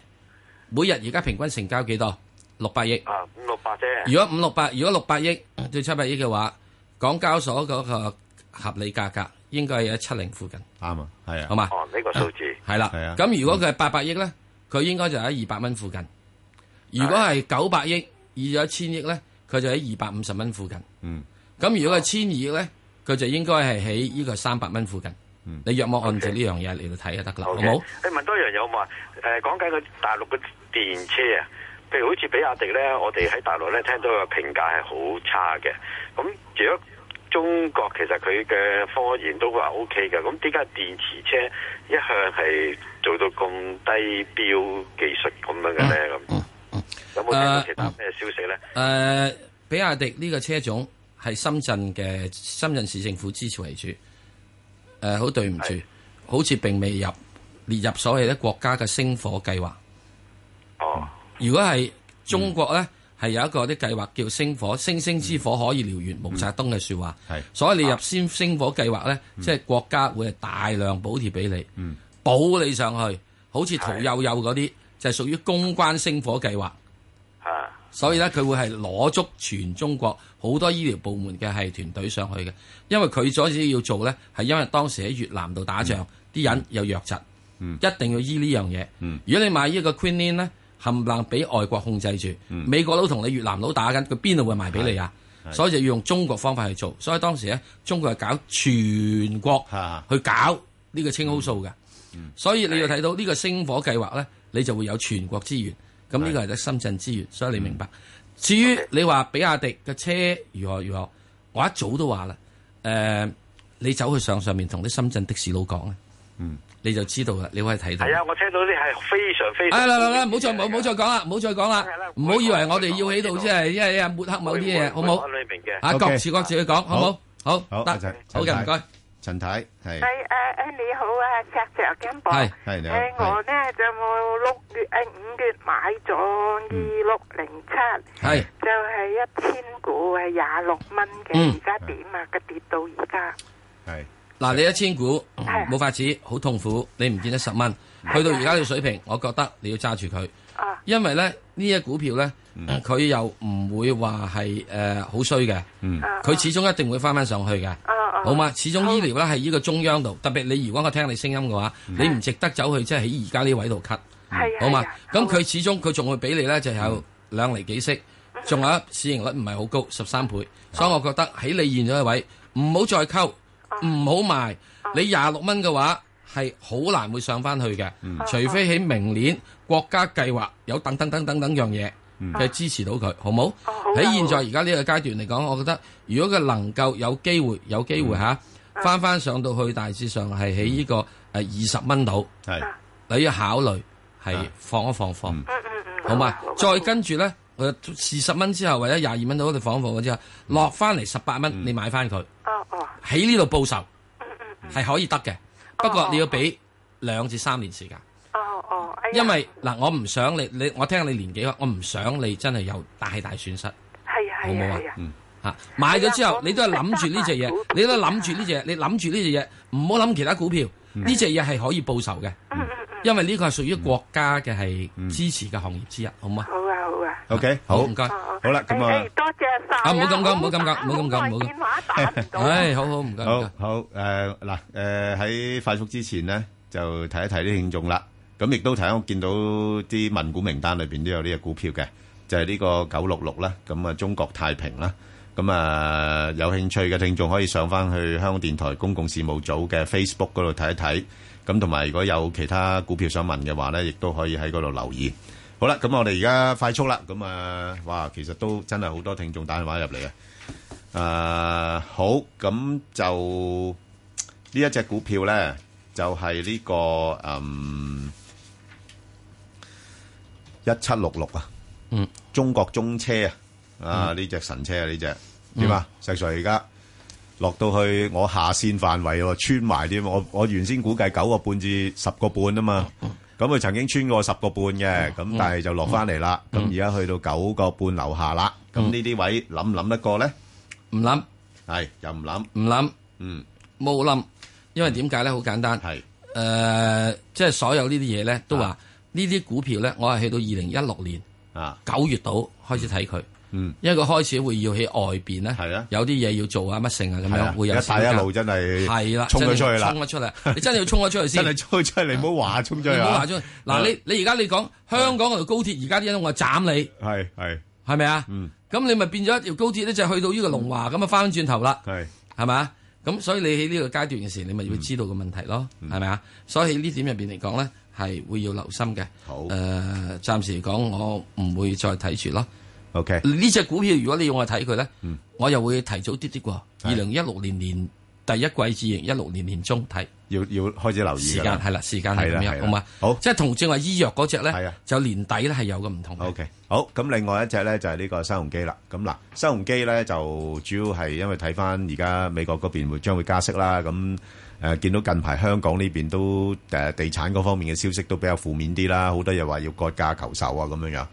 B: 每日而家平均成交幾多？六百億。
H: 啊，五六百啫。
B: 如果五六百，如果六百億對七百億嘅話，港交所嗰個合理價格應該係喺七零附近。
A: 啱啊，係啊，
B: 好嘛？
H: 哦，呢個數字
B: 係啦，
A: 係啊
B: 咁如果佢係八百億咧，佢應該就喺二百蚊附近；如果
A: 啊
B: 係九百億，以咗千億咧，佢就喺二百五十蚊附近。
A: 嗯，
B: 咁如果係千二億咧，佢就應該係喺呢個三百蚊附近。
A: 嗯
B: 你若望按照呢樣嘢嚟到睇就得啦，好冇？
H: 你問多樣有冇啊？誒，講緊個大陸嘅電車啊，譬如好似比亞迪咧，我哋喺大陸咧聽到個評價係好差嘅。咁如果中國其實佢嘅科研都話 O K 嘅，咁點解電池車一向係做到咁低標技術咁樣嘅咧？
B: 嗯
H: 咁有冇聽到其他咩消息咧？
B: 誒、呃比亞迪呢個車種係深圳嘅深圳市政府支持為主。誒、呃好對唔住，好似並未入列入所謂咧國家嘅星火計劃。
H: 哦，
B: 如果係中國咧，係、有一個啲計劃叫星火，星星之火可以燎原，毛澤東嘅説話。
A: 係
B: 所以你入先星火計劃咧，即係國家會係大量補貼俾你，補你上去，好似屠呦呦嗰啲就係屬於公關星火計劃。
H: 啊，
B: 所以咧佢會係攞足全中國好多醫療部門嘅係團隊上去嘅，因為佢所以要做咧，係因為當時喺越南度打
P: 嗯
B: 仗，啲、人有藥疾，一定要醫呢樣嘢。
P: 嗯
B: 如果你買呢個 Queen Anne 咧，冚唪唥俾外國控制住，美國佬同你越南佬打緊，佢邊度會賣俾你啊？
P: 嗯係係
B: 所以就要用中國方法去做。所以當時咧，中國係搞全國去搞呢個青蒿素嘅。所以你要睇到呢個星火計劃咧，你就會有全國資源。咁呢個係喺嗯深圳資源，所以你明白。至於你話比亞迪嘅車如何如何，我一早都話啦。誒、你走去上上面同啲深圳的士佬講咧，嗯，你就知道啦，你可以睇到。
H: 係啊，我聽到啲係非常非
B: 嗯
H: 常。
B: 哎，啦啦啦，唔好再唔好唔好再講啦，唔好再講啊啦，唔好以為我哋要喺度即係一係一係抹黑某啲嘢，好唔好
H: 我？裏明嘅。
B: 啊，
A: OK
B: 各自各自去講，好唔好？好，
A: 阿
B: 得
A: 陳，
B: 好嘅，唔該。
A: 陳太
Q: 系
A: 係
Q: 诶诶，你好啊，石 Sir 金博。
A: 係係你好
Q: 誒我咧就六月诶五月買咗二六零七，
B: 係
Q: 就係一千股係廿六蚊嘅，而
B: 嗯
Q: 家點啊？佢跌到而家，
B: 嗱，你一千股冇法子，好痛苦，你唔見得十蚊，去到而家嘅水平，我覺得你要揸住佢，因為咧呢只股票咧，佢又唔會話係誒好衰嘅，佢始終一定會翻翻上去嘅，
Q: 啊
B: 好嘛？始終醫療咧係呢個中央度，特別你如果我聽你聲音嘅話，你唔值得走去即係喺而家呢位度 cut，
Q: 嗯係
B: 好嘛
Q: 係啊？嗯
B: 咁佢始終佢仲會俾你咧就有兩厘幾息，仲有一市盈率唔係好高，十三倍，所以我覺得喺你現咗嘅位唔好再溝，
Q: 啊
B: 唔好賣。你廿六蚊嘅話係好難會上翻去嘅，
Q: 嗯
B: 除非喺明年國家計劃有等等等等等樣嘢嘅支持到佢，嗯哦好啊冇？喺現在而家呢個階段嚟講，我覺得如果佢能夠有機會，有機會吓翻翻上到去大致上係喺呢個誒呃二十蚊度，
A: 係
B: 你要考慮係放一放放。嗯好啊嘛？再跟住咧，佢四十蚊之後或者廿二蚊到你放一放之後，落翻嚟十八蚊，你買翻佢。喺呢度報仇係可以得嘅，不過你要俾兩至三年時間。
Q: 哦哎
B: 因為嗱，我唔想你你我聽你年紀，我唔想你真係有大大損失。
Q: 係啊
B: 好
Q: 係
B: 冇
Q: 啊
B: 啊
Q: 係啊，
B: 吓买咗之後，你都係諗住呢只嘢，你都係諗住呢只嘢，你諗住呢只嘢，唔好諗其他股票。呢只嘢係可以報仇嘅，嗯因為呢個係屬於國家嘅係支持嘅行業之一，好嘛？
Q: 好啊好啊。
A: OK，好，
B: 唔該，
A: 好啦，咁啊
Q: 誒，多謝晒
B: 啊唔好咁講，唔好咁講，唔好咁講，唔好咁。 唉，好好唔該。唔
A: 好好誒嗱誒喺快速之前咧，就提一提啲聽眾啦。咁亦都睇我見到啲問股名單裏邊都有呢只股票嘅，就係、呢個九六六啦。咁啊，中國太平啦。咁啊，有興趣嘅聽眾可以上翻去香港電台公共事務組嘅 Facebook 嗰度睇一睇。咁同埋如果有其他股票想問嘅話咧，亦都可以喺嗰度留言。好啦，咁我哋而家快速啦。咁啊，哇，其實都真係好多聽眾打電話入嚟啊！誒、啊好，咁就呢一隻股票咧，就係、呢、個嗯一七六六啊，
B: 嗯，
A: 中國中車啊，啊呢只、神車啊呢只點啊？石 Sir 而家落到去我下線範圍喎，穿埋啲我我原先估計九個半至十個半啊嘛。咁佢曾經穿過十個半嘅，咁但係就落翻嚟啦。咁而家去到九個半樓下啦。咁呢啲位諗唔諗得過咧？
B: 諗
A: 係又唔諗，
B: 諗，
A: 嗯，
B: 冇諗，因為點解咧？好簡單，
A: 係
B: 誒，即係所有呢啲嘢咧，都話呢啲股票咧，我係去到二零一六年
A: 啊
B: 九月度開始睇佢。
A: 嗯，
B: 因為佢開始會要喺外邊咧，係啊，有啲嘢要做啊，乜性啊咁
A: 係啊
B: 樣，會有
A: 一帶一路真係
B: 係啦，
A: 衝咗
B: 真係
A: 出去啦
B: 衝咗出嚟，你真係要衝咗出去 先，
A: 真係衝咗出嚟，你唔好話衝咗去
B: 你
A: 啊
B: 唔好話出去。
A: 啊
B: 嗱，你你而家你講香港嗰條高鐵，而家啲人我斬你，
A: 係係
B: 係咪啊？
A: 嗯
B: 咁你咪變咗一條高鐵咧，就去到呢個龍華咁啊，翻轉頭啦，
A: 係
B: 係咪啊？咁所以你喺呢個階段嘅時，你咪
A: 嗯
B: 要知道個問題咯，係咪啊？所以喺呢點入邊嚟講咧，係會要留心嘅。
A: 好
B: 誒，暫時嚟講，我唔會再睇住咯。
A: OK
B: 呢只股票如果你要我睇佢咧，
A: 嗯
B: 我又會提早啲啲喎。二零一六年年第一季至二零一六年年中睇。
A: 要要開始留意
B: 時間係啦，時間係咁樣，好嘛？
A: 好，
B: 即係同正話醫藥嗰只
A: 啊
B: 咧，就年底咧係有個唔同。
A: O K，好，咁另外一隻咧就係呢個新鴻基啦。咁嗱，新鴻基咧就主要係因為睇翻而家美國嗰邊會將會加息啦。咁誒、呃、見到近排香港呢邊都誒、呃地產嗰方面嘅消息都比較負面啲啦，好多嘢話要割價求售啊咁樣樣。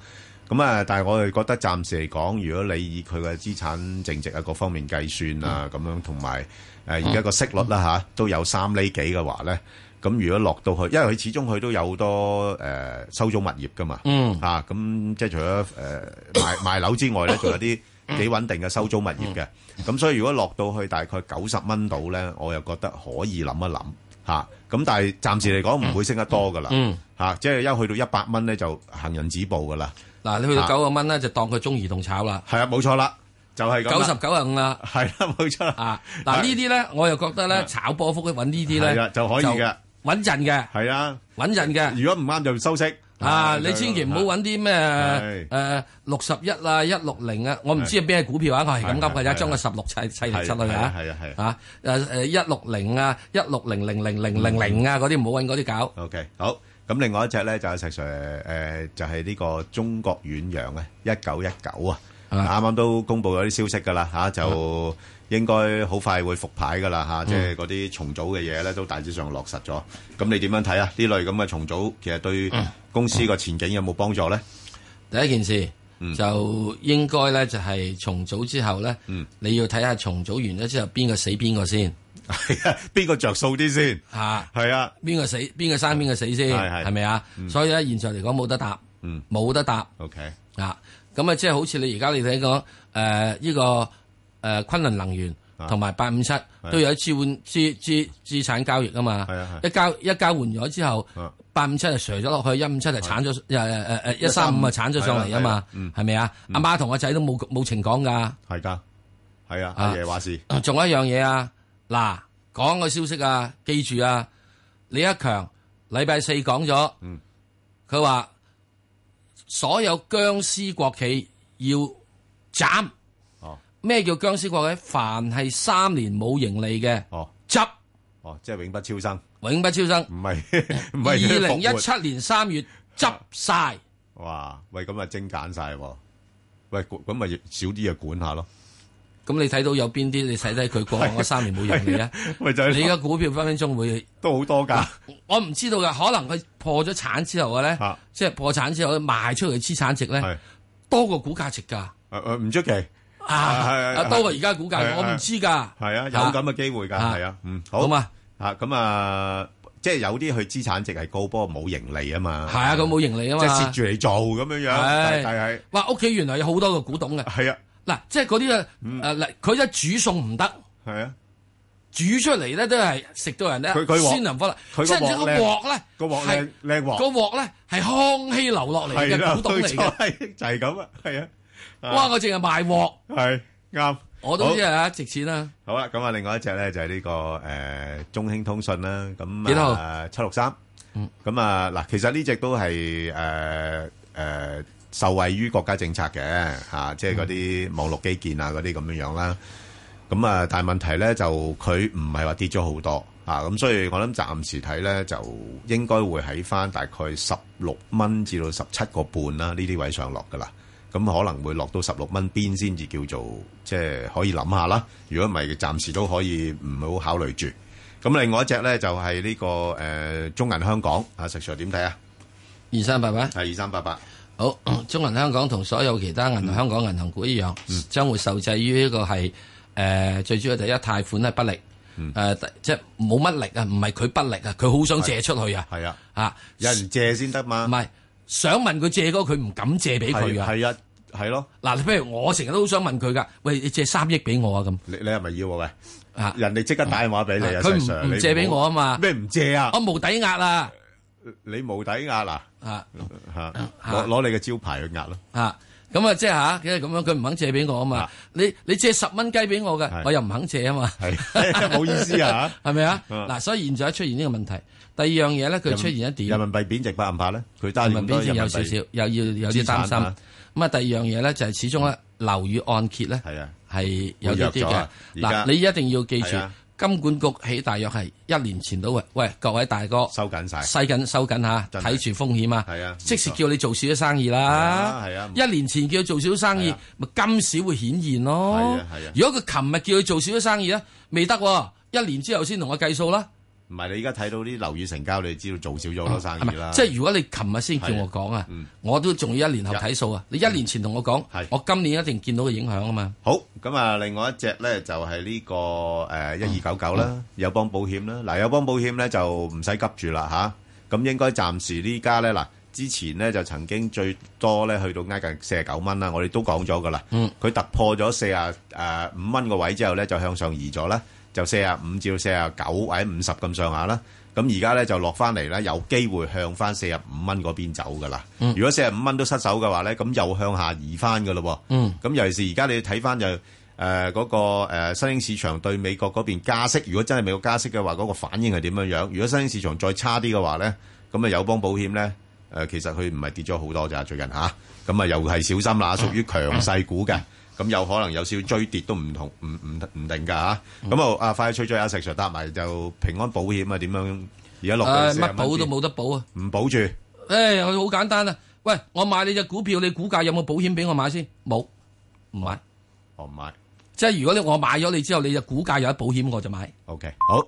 A: 咁啊，但係我哋覺得暫時嚟講，如果你以佢嘅資產淨值啊各方面計算啊咁樣，同埋誒而家個息率啦嚇、都有三厘幾嘅話咧，咁如果落到去，因為佢始終佢都有好多誒、呃收租物業噶嘛，
B: 嗯
A: 啊，咁即係除咗誒呃 賣賣樓之外咧，仲有啲
B: 嗯
A: 幾穩定嘅收租物業嘅。咁所以如果落到去大概九十蚊度咧，我又覺得可以諗一諗嚇。咁但係暫時嚟講唔會升得多噶啦，
B: 嗯
A: 嚇，即係一去到一百蚊咧就行人止步噶啦。
B: 嗱，你去到九個蚊咧，就當佢中移動炒啦。
A: 係啊，冇錯啦，就係咁
B: 九十
A: 啦
B: 九啊五啦。
A: 係啦，冇錯
B: 啊。嗱呢啲咧，我又覺得咧，炒波幅咧揾呢啲
A: 係
B: 咧
A: 啦就可以嘅，
B: 穩陣嘅。
A: 係啊，
B: 穩陣嘅。
A: 如果唔啱就收息。
B: 啊！
A: 係
B: 你千祈唔好揾啲咩
A: 係
B: 誒六十一啊、一六零啊，我唔知係咩股票啊，我係咁噏嘅啫，將個十六砌砌嚟出去
A: 係啊
B: 啊，
A: 係啊係
B: 啊誒誒一六零啊、一六零零零零零零啊嗰啲唔好揾嗰啲搞。
A: OK，好。咁另外一隻咧就係石 Sir 誒，就係呢個中國遠洋啊，一九一九啊，啱啱都公布咗啲消息噶啦嚇，就應該好快會復牌噶啦嚇，
B: 啊嗯
A: 即係嗰啲重組嘅嘢咧都大致上落實咗。咁你點樣睇啊？呢類咁嘅重組其實對
B: 嗯
A: 公司個前景有冇幫助咧？
B: 第一件事
A: 嗯
B: 就應該咧就係重組之後咧，
A: 嗯
B: 你要睇下重組完咗之後邊個死邊個先，
A: 邊個着數啲先
B: 嚇？
A: 係啊，
B: 邊個死邊個生邊個死先，
A: 係係嗯
B: 係咪啊？所以咧現在嚟講冇得答，冇得答
A: OK
B: 啊！咁啊，即係好似你而家你睇講誒呢個誒昆侖能源同埋八五七都有一次換資資資產交易啊嘛，一交一交換咗之後，
A: 啊
B: 八五七就瀉咗落去，一五七就鏟咗誒誒誒一三五啊鏟咗上嚟啊嘛，係咪啊？阿媽同個仔都冇冇情講㗎，
A: 係㗎。系啊，
B: 啊
A: 阿爷话事，
B: 仲有一樣嘢啊，嗱，講個消息啊，記住啊，李克強禮拜四講咗，佢話所有僵尸國企要斬。咩叫僵尸國企？凡係三年冇盈利嘅，執
A: 哦，即系永不超生，
B: 永不超生，
A: 唔系唔
B: 二
A: 系
B: 零一七年三月執晒。
A: 哇！喂，咁啊精簡晒喎，喂，咁咪少啲嘢管下咯。
B: 咁你睇到有邊啲？你睇睇佢過往嗰三年冇盈利啊？
A: 咪就係咯
B: 你嘅股票分分鐘會
A: 都好多㗎。
B: 我唔知道㗎，可能佢破咗產之後
A: 啊
B: 嘅咧，即係破產之後賣出去嘅資產值咧，多過股價值
A: 誒
B: 㗎。
A: 誒呃唔出奇
B: 啊
A: 係係
B: 啊，多過而家股
A: 係係
B: 價，我唔知㗎。
A: 係啊，有
B: 啊
A: 咁嘅機會㗎，
B: 啊
A: 係啊，嗯，好
B: 好嘛，
A: 啊，咁啊，即係有啲佢資產值係高，不過冇盈利啊嘛，
B: 係啊，佢冇盈利啊
A: 即
B: 嘛，
A: 係蝕住你做咁樣樣，
B: 係
A: 但係
B: 哇，屋企原來有好多個古董嘅。
A: 係啊，
B: 嗱，即係嗰啲啊，
A: 嗯
B: 誒嗱，佢一煮餸唔得。
A: 係啊。
B: 煮出嚟咧都係食到人咧
A: 佢佢鑊
B: 鮮淋火啦，
A: 佢個
B: 即係個
A: 鑊靚
B: 鑊咧，
A: 個鑊
B: 係
A: 靚靚鑊
B: 個鑊咧係康熙流落嚟
A: 係啦
B: 嘅古董嚟
A: 冇錯
B: 嘅。
A: 係就係咁啊，係啊，啊
B: 哇！我淨係賣鑊，
A: 係啱，
B: 我都知啊，值錢啦。
A: 好啦，咁啊，另外一隻咧就係呢個誒中興通訊啦，咁
B: 幾多號
A: 誒
B: 嗯
A: 七六三，咁啊嗱，其實呢只都係誒誒受惠於國家政策嘅嚇，即係嗰
B: 嗯
A: 啲網絡基建啊嗰啲咁樣樣啦。咁啊，但係問題咧就佢唔係話跌咗好多啊，咁所以我諗暫時睇咧就應該會喺翻大概十六蚊至到十七個半啦，呢啲位上落噶啦。咁可能會落到十六蚊邊先至叫做即係可以諗下啦。如果唔係，暫時都可以唔好考慮住。咁另外一隻咧就係呢、個誒、呃中銀香港啊，石 Sir 點睇啊？
B: 二三八八
A: 係二三八八。
B: 好， 中銀香港同所有其他銀
A: 嗯
B: 行香港銀行股一樣，將會受制於呢個係誒最主要第一貸款係不力，
A: 嗯
B: 誒第即係冇乜力啊，唔係佢不力啊，佢好想借出去啊，
A: 係啊，
B: 嚇
A: 有人借先得嘛，
B: 唔係想問佢借嗰個佢唔敢借俾佢啊，
A: 係啊，係咯。
B: 嗱，譬如我成日都好想問佢噶，喂，你借三億俾我啊咁，
A: 你你係咪要啊？
B: 喂，啊，
A: 人哋即刻打電話俾你啊，
B: 佢
A: 石
B: 唔
A: Sir，
B: 唔
A: 你
B: 借俾我啊
A: 好
B: 嘛，哦
A: 咩唔借啊？
B: 我無抵押啦，
A: 你無抵押啊？
B: 啊
A: 嚇，攞攞你嘅招牌去壓咯。
B: 啊，咁啊，即係吓，即係咁樣，佢唔肯借俾我啊嘛，你你借十蚊雞俾我嘅，我又唔肯借啊嘛，
A: 係 冇意思啊，
B: 係咪啊？
A: 啊
B: 嗱，所以現在出現呢個問題，第二樣嘢咧，佢出現一點
A: 人民幣貶值怕唔怕咧？佢單
B: 人民幣貶值有少少，又要有啲擔心。咁啊，第二樣嘢咧就係始終咧樓宇按揭咧
A: 係啊
B: 係有啲啲
A: 會弱咗
B: 嘅
A: 啊。而家
B: 嗱，你一定要記住
A: 係啊，
B: 金管局起大約係一年前到嘅。喂，各位大哥，
A: 收緊晒，
B: 細緊收緊嚇，
A: 真係
B: 睇住風險啊！
A: 係啊
B: 即時
A: 冇錯
B: 叫你做少啲生意啦。
A: 係啊
B: 一年前叫佢做少啲生意，咪今時會顯現咯。
A: 係啊係啊
B: 如果佢琴日叫佢做少啲生意咧，未得喎，一年之後先同我計數啦。
A: 唔係你而家睇到啲樓宇成交，你知道做少咗好多生
B: 嗯係
A: 意
B: 咪
A: 啦。
B: 即係如果你琴日先叫我講啊，
A: 嗯
B: 我都仲要一年後睇數啊！你一年前同我講，我今年一定見到個影響啊嘛。
A: 好咁啊，另外一隻咧就係呢個誒一二九九啦，友邦保險啦。嗱，友邦保險咧就唔使急住啦吓，咁應該暫時呢家咧嗱，之前咧就曾經最多咧去到挨近四十九蚊啦，我哋都講咗噶啦。
B: 嗯
A: 佢突破咗四啊誒五蚊個位之後咧，就向上移咗啦，就四啊五至到四啊九或者五十咁上下啦。咁而家咧就落翻嚟啦，有機會向翻四啊五蚊嗰邊走噶啦。
B: 嗯
A: 如果四啊五蚊都失手嘅話咧，咁又向下移翻噶咯喎。
B: 嗯
A: 咁尤其是而家你睇翻就誒嗰、個、呃、新興市場對美國嗰邊加息，如果真係美國加息嘅話，嗰、個反應係點樣樣？如果新興市場再差啲嘅話咧，咁啊友邦保險咧誒、呃其實佢唔係跌咗好多咋，最近吓，咁啊又係小心
B: 嗯
A: 啦，屬於強勢股嘅。咁有可能有少少追跌都唔同，唔唔唔定㗎吓。
B: 嗯
A: 咁啊，啊快脆脆阿石 Sir 答埋就平安保險啊，點樣而家落到
B: 誒
A: 40
B: 呃乜保
A: 蚊
B: 都
A: 邊
B: 冇得保啊！
A: 唔保住，
B: 誒，佢好簡單啊！喂，我買你只股票，你股價有冇保險俾我買先？冇，唔買。
A: 哦我唔買。
B: 即係如果你我買咗你之後，你就股價有得保險，我就買。
A: OK，好，